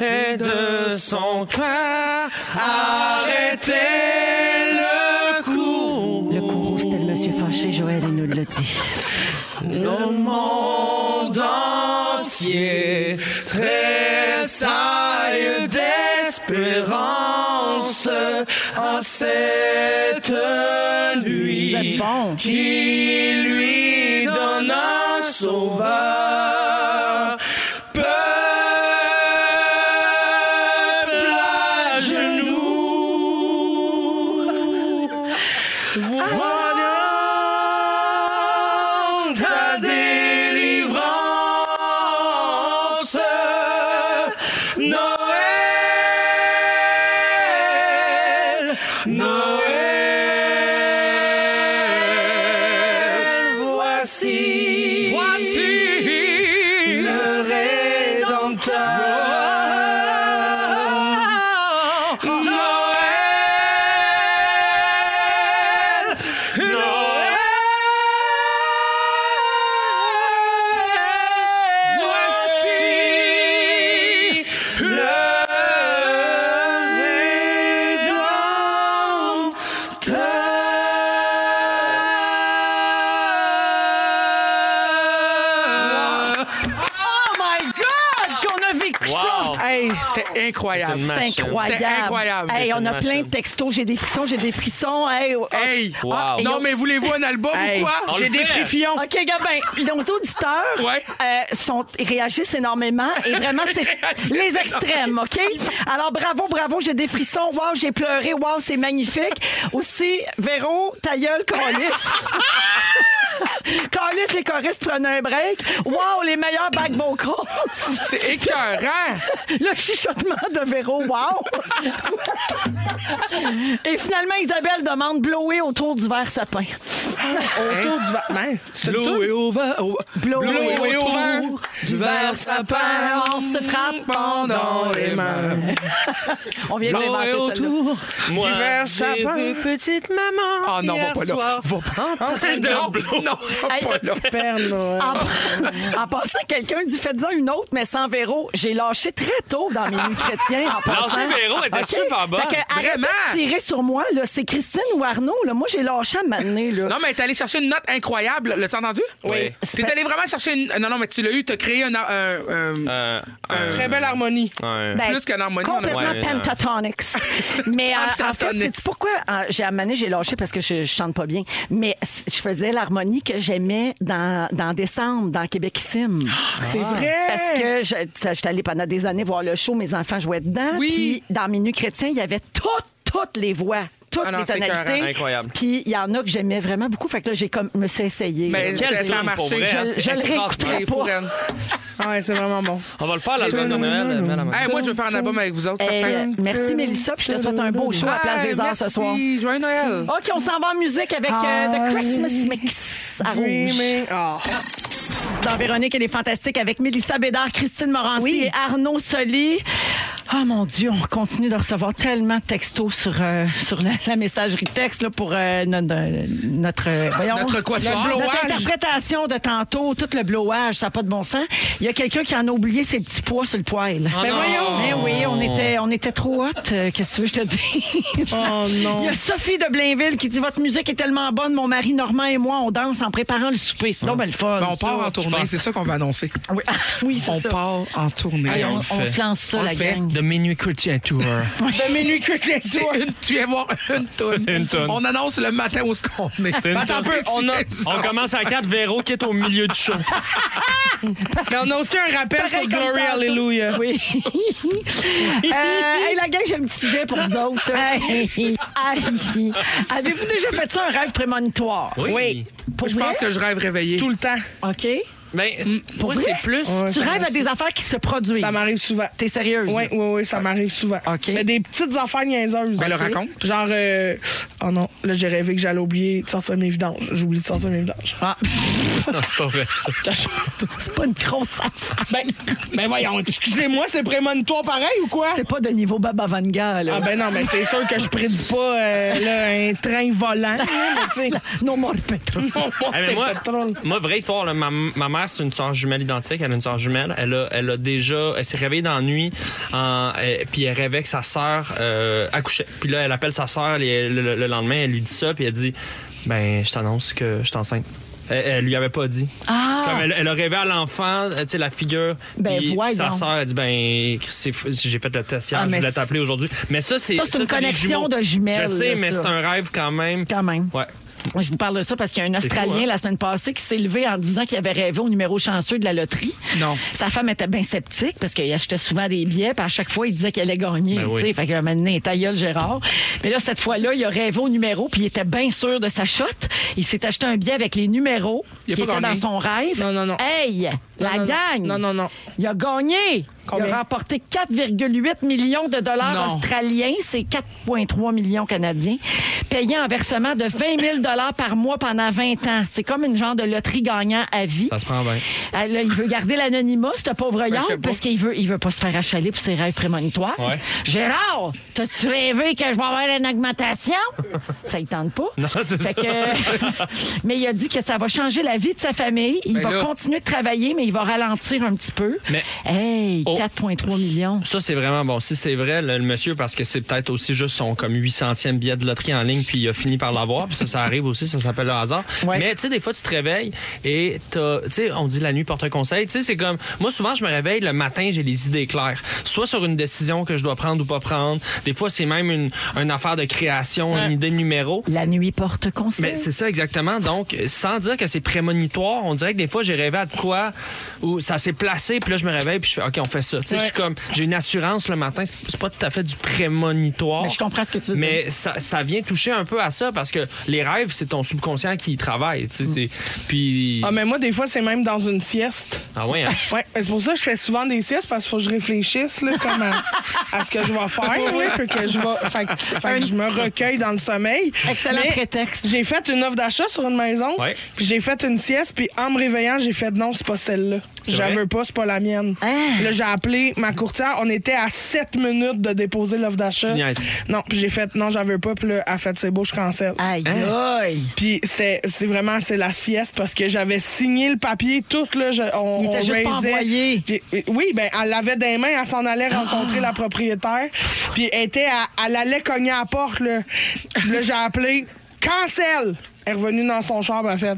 F: et de son cœur arrêter le cours.
J: Le
E: Oh,
J: courroux, c'était le monsieur fâché, Joël, il nous le dit.
F: Le monde entier tressaille d'espérance en cette nuit
J: bon.
F: qui lui donne un sauveur. Peuple à genoux, voyant ta délivrance, Noël, Noël, voici,
D: Voici
F: le Rédempteur. Noël, Noël, voici le Rédempteur. Oh
D: incroyable.
F: C'est une
E: C'est
F: machine.
E: incroyable.
D: C'était incroyable.
E: Hey, on a
F: Machine.
E: plein de textos. J'ai des frissons, j'ai des frissons. Hey, oh,
D: Hey!
F: Wow.
E: Ah, et
D: Non,
E: on-
D: mais voulez-vous un album
C: Hey,
D: ou quoi?
E: Oh,
F: On
C: J'ai
F: le
C: des
F: fait.
C: frifions.
E: OK, Gabin, nos auditeurs
D: Ouais.
E: euh, sont, réagissent énormément et vraiment, c'est les extrêmes, OK? Alors, bravo, bravo, j'ai des frissons. Wow, j'ai pleuré. Wow, c'est magnifique. Aussi, Véro, ta gueule, Calis. Calis, les choristes prennent un break. Wow, les meilleurs back vocals.
D: C'est écœurant!
E: Le chuchotement de Véro, wow! Et finalement, Isabelle demande blower autour du verre sapin.
C: Autour
F: Hein?
C: du vêtement. C'est une toune?
D: Blow et au vent. au-
E: Blower
D: Blow et au vent.
E: du verre sapin en se frappant
D: dans les mains.
E: On vient de
D: Blow et
E: l'inventer, celle-là.
D: autour.
F: Moi,
D: du verre sapin.
F: petite maman.
D: Ah non, va pas là. Va pas. En train de Non, non, va
E: Hey.
D: pas là.
C: Père Noël.
E: En, en passant, quelqu'un dit faites-en une autre, mais sans Véro. J'ai lâché très tôt dans mes nuits chrétiens. En passant.
F: Lâcher Véro, elle était
E: OK?
F: super bonne.
E: Fait que arrêtez
D: Vraiment.
E: de tirer sur moi. là. C'est Christine ou Arnaud. Là. Moi, j'ai lâché à m'amener. là.
D: Non, mais t'es allé chercher une note incroyable. L'as-tu entendu?
F: Oui.
D: T'es allé vraiment chercher une. Non, non, mais tu l'as eu. T'as créé un. un, un-
F: Euh,
C: Très belle harmonie.
F: un-
E: Ben,
D: Plus qu'un harmonie, on a-
E: Complètement
F: Ouais,
E: pentatonics. Mais euh, en fait,
D: Pentatonics.
E: c'est pourquoi euh, j'ai amené, j'ai lâché parce que je, je chante pas bien. Mais c- je faisais l'harmonie que j'aimais dans, dans décembre, dans Ah! Québecissime.
D: C'est vrai.
E: Parce que je- ça, j'étais allée pendant des années voir le show, mes enfants jouaient dedans.
D: Oui.
E: Puis dans Minuit Chrétien, il y avait toutes, toutes les voix. Toutes
D: Ah non,
E: les
D: c'est
E: tonalités.
D: écœurant.
F: Incroyable.
E: Puis il y en a que j'aimais vraiment beaucoup. Fait que là, j'ai comme, me suis essayée.
D: Mais
E: là.
D: ça,
F: Quel
D: ça a
F: film, pour
D: marché.
F: vrai,
D: Je-
F: hein, c'est
E: je le
F: extraordinaire.
E: réécouterai.
D: C'est
E: pas.
D: fou, Ren.
F: Ah.
C: Ouais, c'est vraiment bon.
F: On va le faire, l'album de Noël. euh, madame.
D: Hey, moi, je veux faire un album avec vous autres.
E: Hey,
D: certain.
E: euh, merci, Mélissa. Puis je te souhaite un beau show à Place des
D: Hey,
E: Arts ce
D: merci.
E: soir.
D: Joyeux Noël.
E: OK, on s'en va en musique avec euh, The Christmas Mix à rouge.
C: Dreaming. Ah.
E: Dans Véronique, elle est fantastique avec Mélissa Bédard, Christine Morancy et Arnaud Soli. Oh mon Dieu, on continue de recevoir tellement de textos sur, euh, sur la, la messagerie texte là, pour euh, no- no- notre, euh, voyons,
D: Notre coiffeur.
E: notre
D: Blowage.
E: interprétation de tantôt, tout le blowage, ça n'a pas de bon sens. Il y a quelqu'un qui en a oublié ses petits pois sur le poêle.
F: Mais non. voyons.
E: Mais oui, on était, on était trop hot. euh, Qu'est-ce que tu veux que je te dis?
C: Oh non.
E: Il y a Sophie de Blainville qui dit Votre musique est tellement bonne, mon mari Normand et moi, on danse en préparant le souper. C'est donc ben le fun.
D: Ben, on part en tournée, c'est ça qu'on va annoncer.
E: Oui, ah, oui, c'est
D: On
E: ça.
D: part en tournée.
F: Hey,
E: On,
F: on le
E: on
F: fait.
E: se lance ça,
D: On
E: la
D: le fait.
E: gang.
F: De Minuit Chrétien Tour.
C: De minuit que j'ai dit.
D: C'est une, tu viens voir une tonne.
F: C'est une toune.
D: On annonce le matin où ce qu'on est.
F: C'est une
C: Attends un
F: tour.
C: peu, on a-
F: On commence à 4, Véro qui est au milieu du show.
C: Mais on a aussi un rappel
E: Pareil
C: sur
E: comme
C: Glory
E: tantôt.
C: Hallelujah.
E: Oui. Euh, hey, la gang, j'ai un petit sujet pour vous autres. Hey. Aïe. Avez-vous déjà fait ça, un rêve prémonitoire?
C: Oui.
E: Pour
D: Je pense que je rêve réveillé.
C: Tout le temps.
E: OK.
F: Mais c'est- pour moi,
E: vrai?
F: c'est plus.
E: tu rêves à des affaires qui se produisent.
C: Ça m'arrive souvent.
E: T'es sérieuse?
C: Oui,
E: là?
C: oui, oui, ça m'arrive souvent.
E: OK.
C: Mais des petites affaires niaiseuses.
D: Ben, le
C: OK?
D: raconte.
C: Genre, euh, oh non, là, j'ai rêvé que j'allais oublier de sortir mes vidanges. J'ai oublié de sortir mes vidanges.
E: Ah,
F: Non, c'est pas vrai. ça.
E: c'est pas une grosse affaire.
C: Ben, ben voyons, excusez-moi, c'est prémonitoire pareil ou quoi?
E: C'est pas de niveau Baba Vanga, là.
C: Ah ben non, mais c'est sûr que je prédis pas euh, là, un train volant. hein, mais tu sais.
E: Non, mort pétrole.
C: Oh, mon
F: Eh, mais moi,
C: pétrole.
F: moi, vraie histoire, là, ma, ma mère, c'est une soeur jumelle identique. Elle a une soeur jumelle. Elle a, elle a déjà. Elle s'est réveillée dans la nuit. en- elle- puis elle rêvait que sa soeur accouchait. Puis là, elle appelle sa soeur le, le- le lendemain. Elle lui dit ça. Puis elle dit Ben, je t'annonce que je suis enceinte. Elle, elle lui avait pas dit. Comme elle, elle a rêvé à l'enfant, euh, tu sais, la figure.
E: Ah! Ben,
F: puis
E: voyons.
F: Sa sœur a dit Ben, c'est fou, j'ai fait le test hier,
E: Ah,
F: je
E: mais
F: voulais
E: c'est-
F: t'appeler aujourd'hui. Mais ça, c'est.
E: Ça, c'est une
F: des
E: connexion
F: jumeaux.
E: de jumelles,
F: Je
E: là,
F: sais, mais
E: ça.
F: c'est un rêve quand même.
E: Quand même.
F: Ouais.
E: Je vous parle de ça parce qu'il y a un
F: fou,
E: Australien
F: hein?
E: la semaine passée qui s'est levé en disant qu'il avait rêvé au numéro chanceux de la loterie.
D: Non.
E: Sa femme était bien sceptique parce qu'il achetait souvent des billets, puis à chaque fois, il disait qu'il allait gagner.
F: Ben oui.
E: tu sais. Fait que maintenant, ta gueule, Gérard. Mais là, cette fois-là, il a rêvé au numéro, puis il était bien sûr de sa shot. Il s'est acheté un billet avec les numéros
D: Il a
E: qui
D: pas
E: étaient dans
D: gagné.
E: son rêve.
C: Non, non, non.
E: Hey, la
C: non, non.
E: gang!
C: Non, non, non.
E: Il a gagné! Il
C: Combien?
E: a remporté 4,8 millions de dollars
D: Non.
E: australiens, c'est 4,3 millions canadiens, payant un versement de 20 000 dollars par mois pendant 20 ans. C'est comme une genre de loterie gagnant à vie.
F: Ça se prend bien.
E: Euh, là, il veut garder l'anonymat, ce pauvre
D: Ben, je sais
E: yard,
D: pas.
E: parce qu'il veut, il veut pas se faire achaler pour ses rêves prémonitoires.
F: Ouais.
E: Gérard, t'as-tu rêvé que je vais avoir une augmentation? ça ne tente pas.
F: Non, c'est
E: Fait
F: ça.
E: que- mais il a dit que ça va changer la vie de sa famille. Il
D: Ben
E: va
D: là.
E: continuer de travailler, mais il va ralentir un petit peu.
F: Mais
E: Hey,
F: Au Oh.
E: 4,3 millions.
F: Ça, c'est vraiment bon. Si c'est vrai, le, le monsieur, parce que c'est peut-être aussi juste son comme 800e billet de loterie en ligne, puis il a fini par l'avoir, puis ça, ça arrive aussi, ça s'appelle le hasard.
E: Ouais.
F: Mais tu sais, des fois, tu te réveilles et t'as- tu sais, on dit la nuit porte conseil. Tu sais, c'est comme, moi, souvent, je me réveille le matin, j'ai les idées claires. Soit sur une décision que je dois prendre ou pas prendre. Des fois, c'est même une, une affaire de création, une idée de numéro.
E: La nuit porte conseil.
F: Mais c'est ça exactement. Donc, sans dire que c'est prémonitoire, on dirait que des fois j'ai rêvé à de quoi ou ça s'est placé, puis là je me réveille, puis je fais OK, on fait ça. Tu sais, je suis comme j'ai une assurance le matin. C'est c'est pas tout à fait du prémonitoire.
E: Mais je comprends ce que tu veux
F: Mais ça, ça vient toucher un peu à ça parce que les rêves, c'est ton subconscient qui y travaille. Tu sais, c'est- puis
C: Ah, mais moi, des fois, c'est même dans une sieste.
F: ah ouais. hein?
C: Ouais, c'est pour ça que je fais souvent des siestes parce qu'il faut que je réfléchisse là, comme à, à ce que je vais faire, là, puis que je vais. Fait, que- fait que je me recueille dans le sommeil.
E: Excellent prétexte.
C: J'ai fait une offre d'achat sur une maison,
F: Ouais.
C: puis j'ai fait une sieste, puis en me réveillant, j'ai fait non, c'est pas celle-là.
F: C'est
C: J'en
F: vrai?
C: veux pas, c'est pas la mienne.
E: Ah.
C: Là, j'ai appelé ma courtière. On était à 7 minutes de déposer l'offre d'achat.
F: Tu niaises.
C: Non, puis j'ai fait non, j'en veux pas, puis là, elle a fait c'est beau, je cancelle.
E: Aïe,
D: hein?
F: Hein?
E: aïe.
C: Puis c'est c'est vraiment c'est la sieste parce que j'avais signé le papier tout là je- on
E: Il était
C: on
E: juste pas
C: raisait.
E: envoyé.
C: J'ai- Oui, ben elle l'avait des mains, elle s'en allait rencontrer la propriétaire. Puis elle était à- elle allait cogner à la porte là. Là j'ai appelé cancel. Elle est revenue dans son chambre en fait.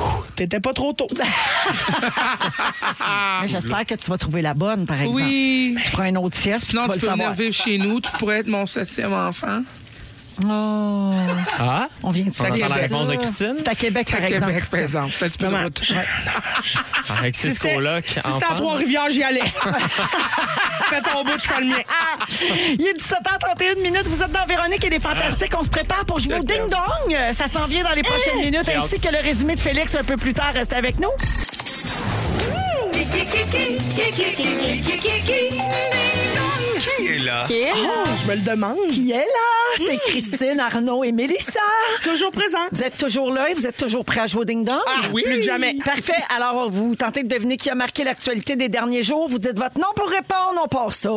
C: Ouh, T'étais pas trop tôt.
E: Mais J'espère que tu vas trouver la bonne, par exemple.
D: Oui.
E: Tu feras une autre sieste,
D: Sinon,
E: tu vas
D: tu
E: le
D: peux venir
E: savoir.
D: vivre chez nous. Tu pourrais être mon septième enfant.
E: Oh,
F: Ah?
E: on vient de
F: On entend la
E: Québec.
F: réponse de Christine.
E: C'est à Québec,
D: À
E: par exemple.
D: Québec, par exemple. C'est un petit peu de
C: Maman.
D: route.
F: Avec
C: Si
F: ses
C: c'était
F: colocs.
C: si c'était à
F: enfants.
C: Trois-Rivières, j'y allais. Fais ton bout, je fais le mien.
E: Ah! Il est 17h31 minutes. Vous êtes dans Véronique et les Fantastiques.
F: Ah.
E: On se prépare pour jouer au Ding Dong. Euh, Ça s'en vient dans les prochaines
F: Eh!
E: minutes, ainsi que le résumé de Félix un peu plus tard. Restez avec nous.
H: Qui est là?
C: Je me le demande.
E: Qui est là? C'est Christine, Arnaud et Mélissa.
C: Toujours présent.
E: Vous êtes toujours là et vous êtes toujours prêts à jouer au Ding Dong?
C: Ah, oui. plus que jamais.
E: Parfait. Alors, vous tentez de deviner qui a marqué l'actualité des derniers jours. Vous dites votre nom pour répondre. On part ça.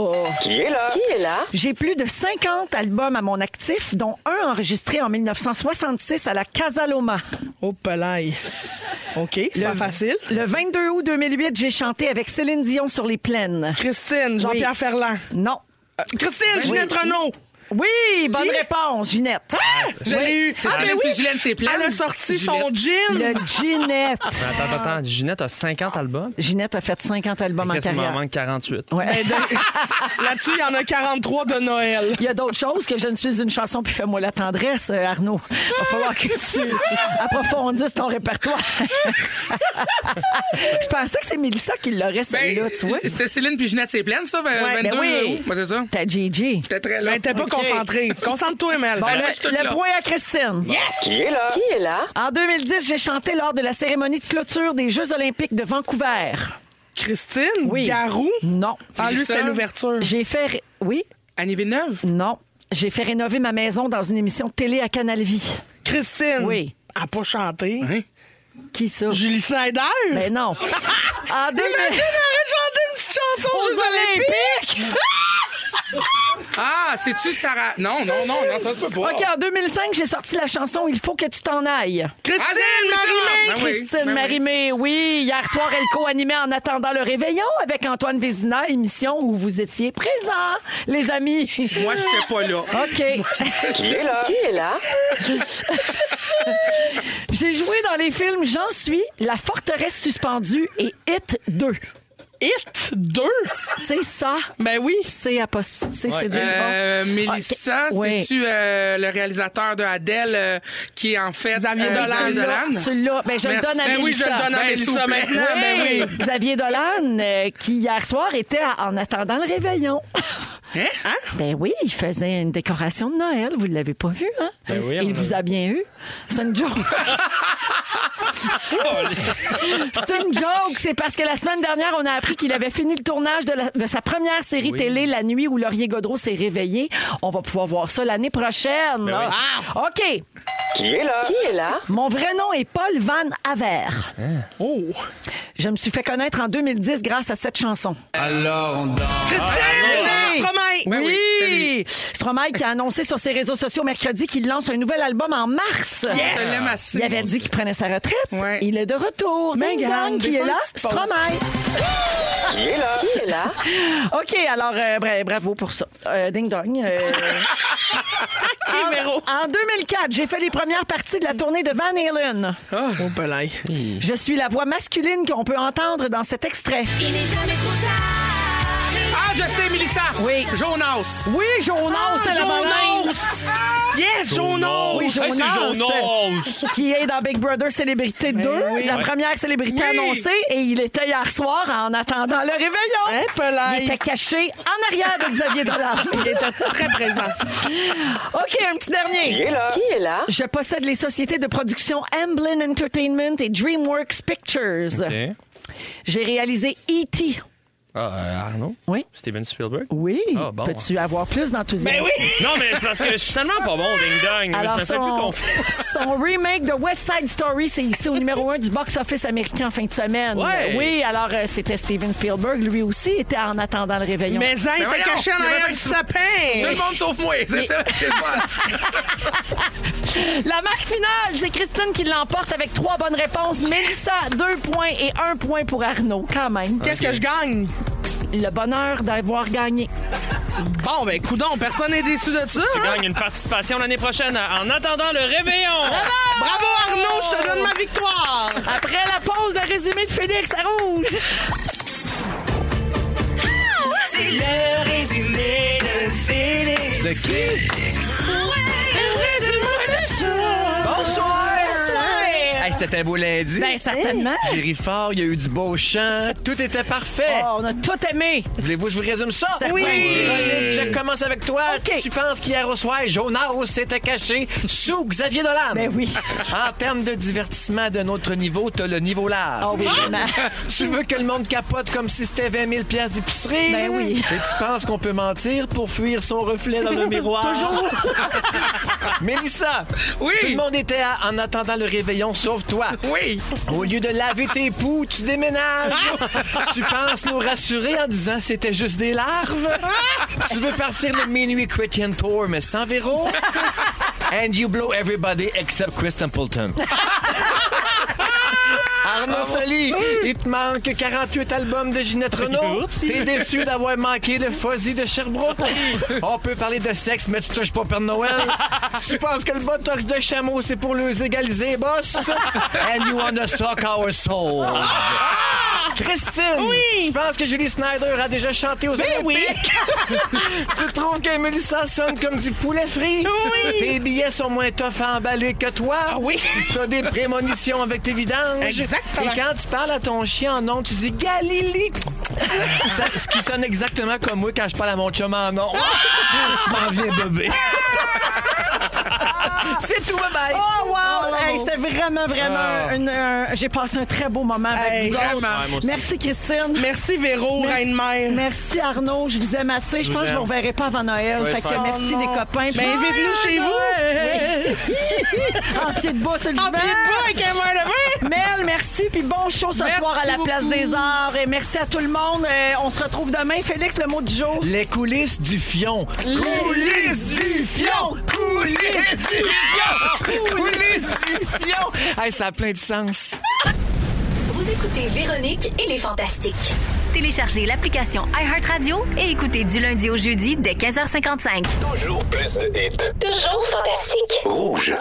K: Qui est là?
E: J'ai plus de 50 albums à mon actif, dont un enregistré en 1966 à la Casaloma.
C: Oh pelaille. OK, c'est pas facile.
E: Le 22 août 2008, j'ai chanté avec Céline Dion sur les plaines.
C: Christine, Jean-Pierre
E: Oui.
C: Ferland.
E: Non.
C: Euh, Christine, Ginette Renaud.
E: Oui, bonne
C: Qui? Ah!
E: réponse, Ginette.
C: Je l'ai eu. ben
D: C'est Ginette, c'est Ginette, c'est plein.
C: Elle a sorti son
D: Ginette.
C: gin.
E: Le Ginette.
F: Attends, attends, attends. Ginette a 50 albums.
E: Ginette a fait 50 albums
F: Qu'est-ce qu'il m'en
E: antérieurs.
F: manque 48?
E: Ouais.
C: Là-dessus, il y en a 43 de Noël.
E: Il y a d'autres choses que je ne suis une chanson, puis fais-moi la tendresse, euh, Arnaud. Il va falloir que tu approfondisses ton répertoire. je pensais que c'est Mélissa qui l'aurait, celle-là,
D: Ben,
E: tu vois.
D: C'était Céline puis Ginette, c'est pleine, ça, ben,
E: Ouais, ben
D: 22
E: oui.
D: Ben, c'est ça.
E: T'as Gigi.
D: T'es très
C: Ben,
D: là.
C: t'es pas concentrée. Concentre-toi, Mel.
E: Bon,
D: Ben,
E: Ah, le-
D: moi, je suis toute
E: le
D: là.
E: point à Christine.
K: Qui est là?
E: En 2010, j'ai chanté lors de la cérémonie de clôture des Jeux olympiques de Vancouver.
C: Christine,
E: Oui.
C: Garou.
E: Non.
C: Ah, lui,
D: Ça.
C: c'était l'ouverture.
E: J'ai fait... ré- Oui?
D: Annie Villeneuve?
E: Non. J'ai fait rénover ma maison dans une émission de télé à Canal Vie.
C: Christine.
E: Oui.
C: Elle a pas chanté.
E: Qui ça?
C: Julie Snyder.
E: Ben non. En 2000...
C: Imagine, elle aurait chanté une petite chanson aux
E: Aux
C: Jeux Olympiques.
D: Ah, c'est-tu Sarah? Non, non, non, non, ça se peut pas.
E: OK, en 2005, j'ai sorti la chanson Il faut que tu t'en ailles.
C: Christine,
D: Ah,
C: Marie-Mé.
D: Ben oui,
E: Christine
D: ben oui.
E: Marimé, oui. Hier soir, elle co-animait en attendant le réveillon avec Antoine Vézina, émission où vous étiez présents, les amis.
D: Moi, j'étais pas là.
E: OK.
K: Qui est là?
E: J'ai joué dans les films J'en suis, La forteresse suspendue et Hit 2.
C: Hit
E: Tu
C: 2.
E: sais, ça,
C: Ben oui.
E: c'est apostrophe. C'est c'est dire.
C: Ah,
D: Euh,
E: bon.
D: Mélissa,
E: Ok. Ouais.
D: c'est-tu euh, le réalisateur de Adèle euh, qui est en fait
C: Xavier
D: euh,
C: Dolan.
D: Xavier Dolan?
E: Tu l'as. Ben, je le
D: Merci.
E: donne à
C: Ben oui, je le
E: Mélissa.
C: donne à
D: Ben,
C: Mélissa
D: s'il vous plaît.
C: maintenant. Ben oui.
E: Oui, Xavier Dolan, euh, qui hier soir était à- en attendant le réveillon.
D: Hein?
E: Ben oui, il faisait une décoration de Noël. Vous ne l'avez pas vu, hein?
F: Ben oui,
E: il
F: on
E: vous
F: l'a
E: a bien eu. C'est une joke. C'est une joke. C'est parce que la semaine dernière, on a appris qu'il avait fini le tournage de, la- de sa première série télé, La nuit où Laurier Godreau s'est réveillé. On va pouvoir voir ça l'année prochaine.
F: Ben
E: Ah! OK.
K: Qui est là?
E: Mon vrai nom est Paul Van Aver. Oh. Je me suis fait connaître en 2010 grâce à cette chanson.
C: Christine, Stromae.
D: Ben oui, c'est
E: oui! Stromae qui a annoncé sur ses réseaux sociaux mercredi qu'il lance un nouvel album en mars.
D: Je l'aime assez.
E: Il avait dit qu'il prenait sa retraite.
D: Ouais.
E: Il est de retour. Ding
C: Megan,
E: dong, qui
C: des
E: est
C: fois,
E: là?
C: une petite pause.
E: Stromae.
K: Qui est là? Qui est là?
E: OK, alors euh, bra- bravo pour ça. Euh, ding dong. euh, en, en 2004, j'ai fait les premières parties de la tournée de Van Halen.
C: Oh, belay.
E: Je suis la voix masculine qu'on peut entendre dans cet extrait.
D: Ah, je sais, Mélissa.
E: Oui.
D: Jonas.
E: Oui, Jonas,
C: Ah,
E: c'est la bonne.
C: Yes, Jonas!
E: Oui,
F: Oh, Hey, c'est Jonas!
E: qui est dans Big Brother Célébrité
C: Ben
E: 2, la première célébrité
C: Oui.
E: annoncée, et il était hier soir en attendant le réveillon.
C: Hein,
E: Il
C: Pelay?
E: était caché en arrière de Xavier Dolan.
C: Il était très présent.
E: OK, un petit
K: Qui
E: dernier.
K: est là? Qui est là?
E: Je possède les sociétés de production Amblin Entertainment et DreamWorks Pictures.
F: Ok.
E: J'ai réalisé E E.T.
F: Ah, euh, Arnaud?
E: Oui.
F: Steven Spielberg?
E: Oui.
F: Ah, bon.
E: Peux-tu avoir plus d'enthousiasme?
C: Ben
F: Non, mais c'est parce que je suis tellement pas bon, ding dong.
E: Alors,
F: je me fais plus
E: son,
F: confiance.
E: son remake de West Side Story, c'est ici au numéro 1 du box-office américain en fin de semaine.
F: Ouais.
E: Oui, alors euh, c'était Steven Spielberg. Lui aussi était en attendant le réveillon.
C: Mais ça, il
D: Ben
C: était
D: voyons,
C: caché en
D: il y avait
C: arrière
D: bien
C: du
D: que-
C: sapin.
D: Tout le monde sauf moi. C'est ça qui est le fun.
E: La marque finale, c'est Christine qui l'emporte avec trois bonnes réponses. Mélissa, deux points et un point pour Arnaud. Quand même.
C: Qu'est-ce que je gagne?
E: Le bonheur d'avoir gagné.
C: Bon, ben, coudon, personne n'est déçu de ça.
F: Tu
C: hein?
F: gagnes une participation l'année prochaine à- en attendant le réveillon.
C: Bravo, Arnaud, je te donne ma victoire.
E: Après la pause, le résumé de Félix à rouge.
L: C'est le résumé de Félix. De qui?
H: Bonsoir!
E: Ouais.
H: Hey, c'était un beau lundi.
E: Ben, certainement.
H: J'ai ri fort, il y a eu du beau chant, tout était parfait.
E: Oh, on a tout aimé.
H: Voulez-vous que je vous résume ça?
E: Oui.
H: Véronique, Je commence avec toi.
E: Ok.
H: Tu penses qu'hier au soir, Jonas s'était caché sous Xavier Dolan.
E: Ben oui.
H: En termes de divertissement d'un autre niveau, t'as le niveau large. Ah!
E: Oh oui, vraiment.
H: Tu veux que le monde capote comme si c'était 20 000 piastres d'épicerie?
E: Ben oui.
H: Et tu penses qu'on peut mentir pour fuir son reflet dans le miroir? Toujours. Mélissa,
D: Oui.
H: tout le monde était à- en attendant le réveillon, sauf toi.
D: Oui.
H: Au lieu de laver tes poux, tu déménages.
E: Ah!
H: tu penses nous rassurer en disant c'était juste des larves.
E: Ah!
H: tu veux partir le minuit Christian Tour, mais sans Véro. And you blow everybody except Chris Templeton. Arnaud Soli, il te manque 48 albums de Ginette Renault. T'es déçu d'avoir manqué le fuzzy de Sherbrooke. On peut parler de sexe, mais tu touches pas au Père Noël. tu penses que le botox de chameau, c'est pour les égaliser, boss? And you wanna suck our souls. Christine, je pense que Julie Snyder a déjà chanté
C: Ben
H: aux Olympiques. tu trouves que Mélissa sonne comme du poulet frit? Oui. Tes billets sont moins tough à emballer que toi.
C: Ah oui.
H: T'as des prémonitions avec tes vidanges.
C: Exactement.
H: Et quand tu parles à ton chien en nom, tu dis Galilée. Ça- ce qui sonne exactement comme moi quand je parle à mon chum en nom.
C: Ah!
H: M'en viens, bébé. C'est tout, bye bye.
A: Oh, wow! Hey, C'était vraiment, vraiment un- un- J'ai passé un très beau moment avec
C: Hey,
A: vous autres.
D: Vraiment.
A: Merci, Christine.
C: Merci, Véro,
A: Merci.
C: reine-mère.
A: Merci, Arnaud. Je vous aime assez. Je pense que je ne vous reverrai pas avant Noël. fait que
F: j'espère.
A: merci, les copains.
C: Ben, invite-nous chez vous.
A: En pied de bois sur le
C: En pied
A: divan.
C: de bois avec un verre de vin.
A: Mel, merci. Puis bon show ce
D: Merci
A: soir à la
D: beaucoup.
A: Place des Arts. Et merci à tout le monde. Euh, on se retrouve demain. Félix, le mot du jour.
H: Les coulisses du fion. Coulisses du fion. Coulisses du fion. Coulisses du fion. Hey, ça a plein de sens.
L: Vous écoutez Véronique et les Fantastiques. Téléchargez l'application iHeartRadio et écoutez du lundi au jeudi dès 15h55.
M: Toujours plus de hits.
L: Toujours fantastique.
M: Rouge.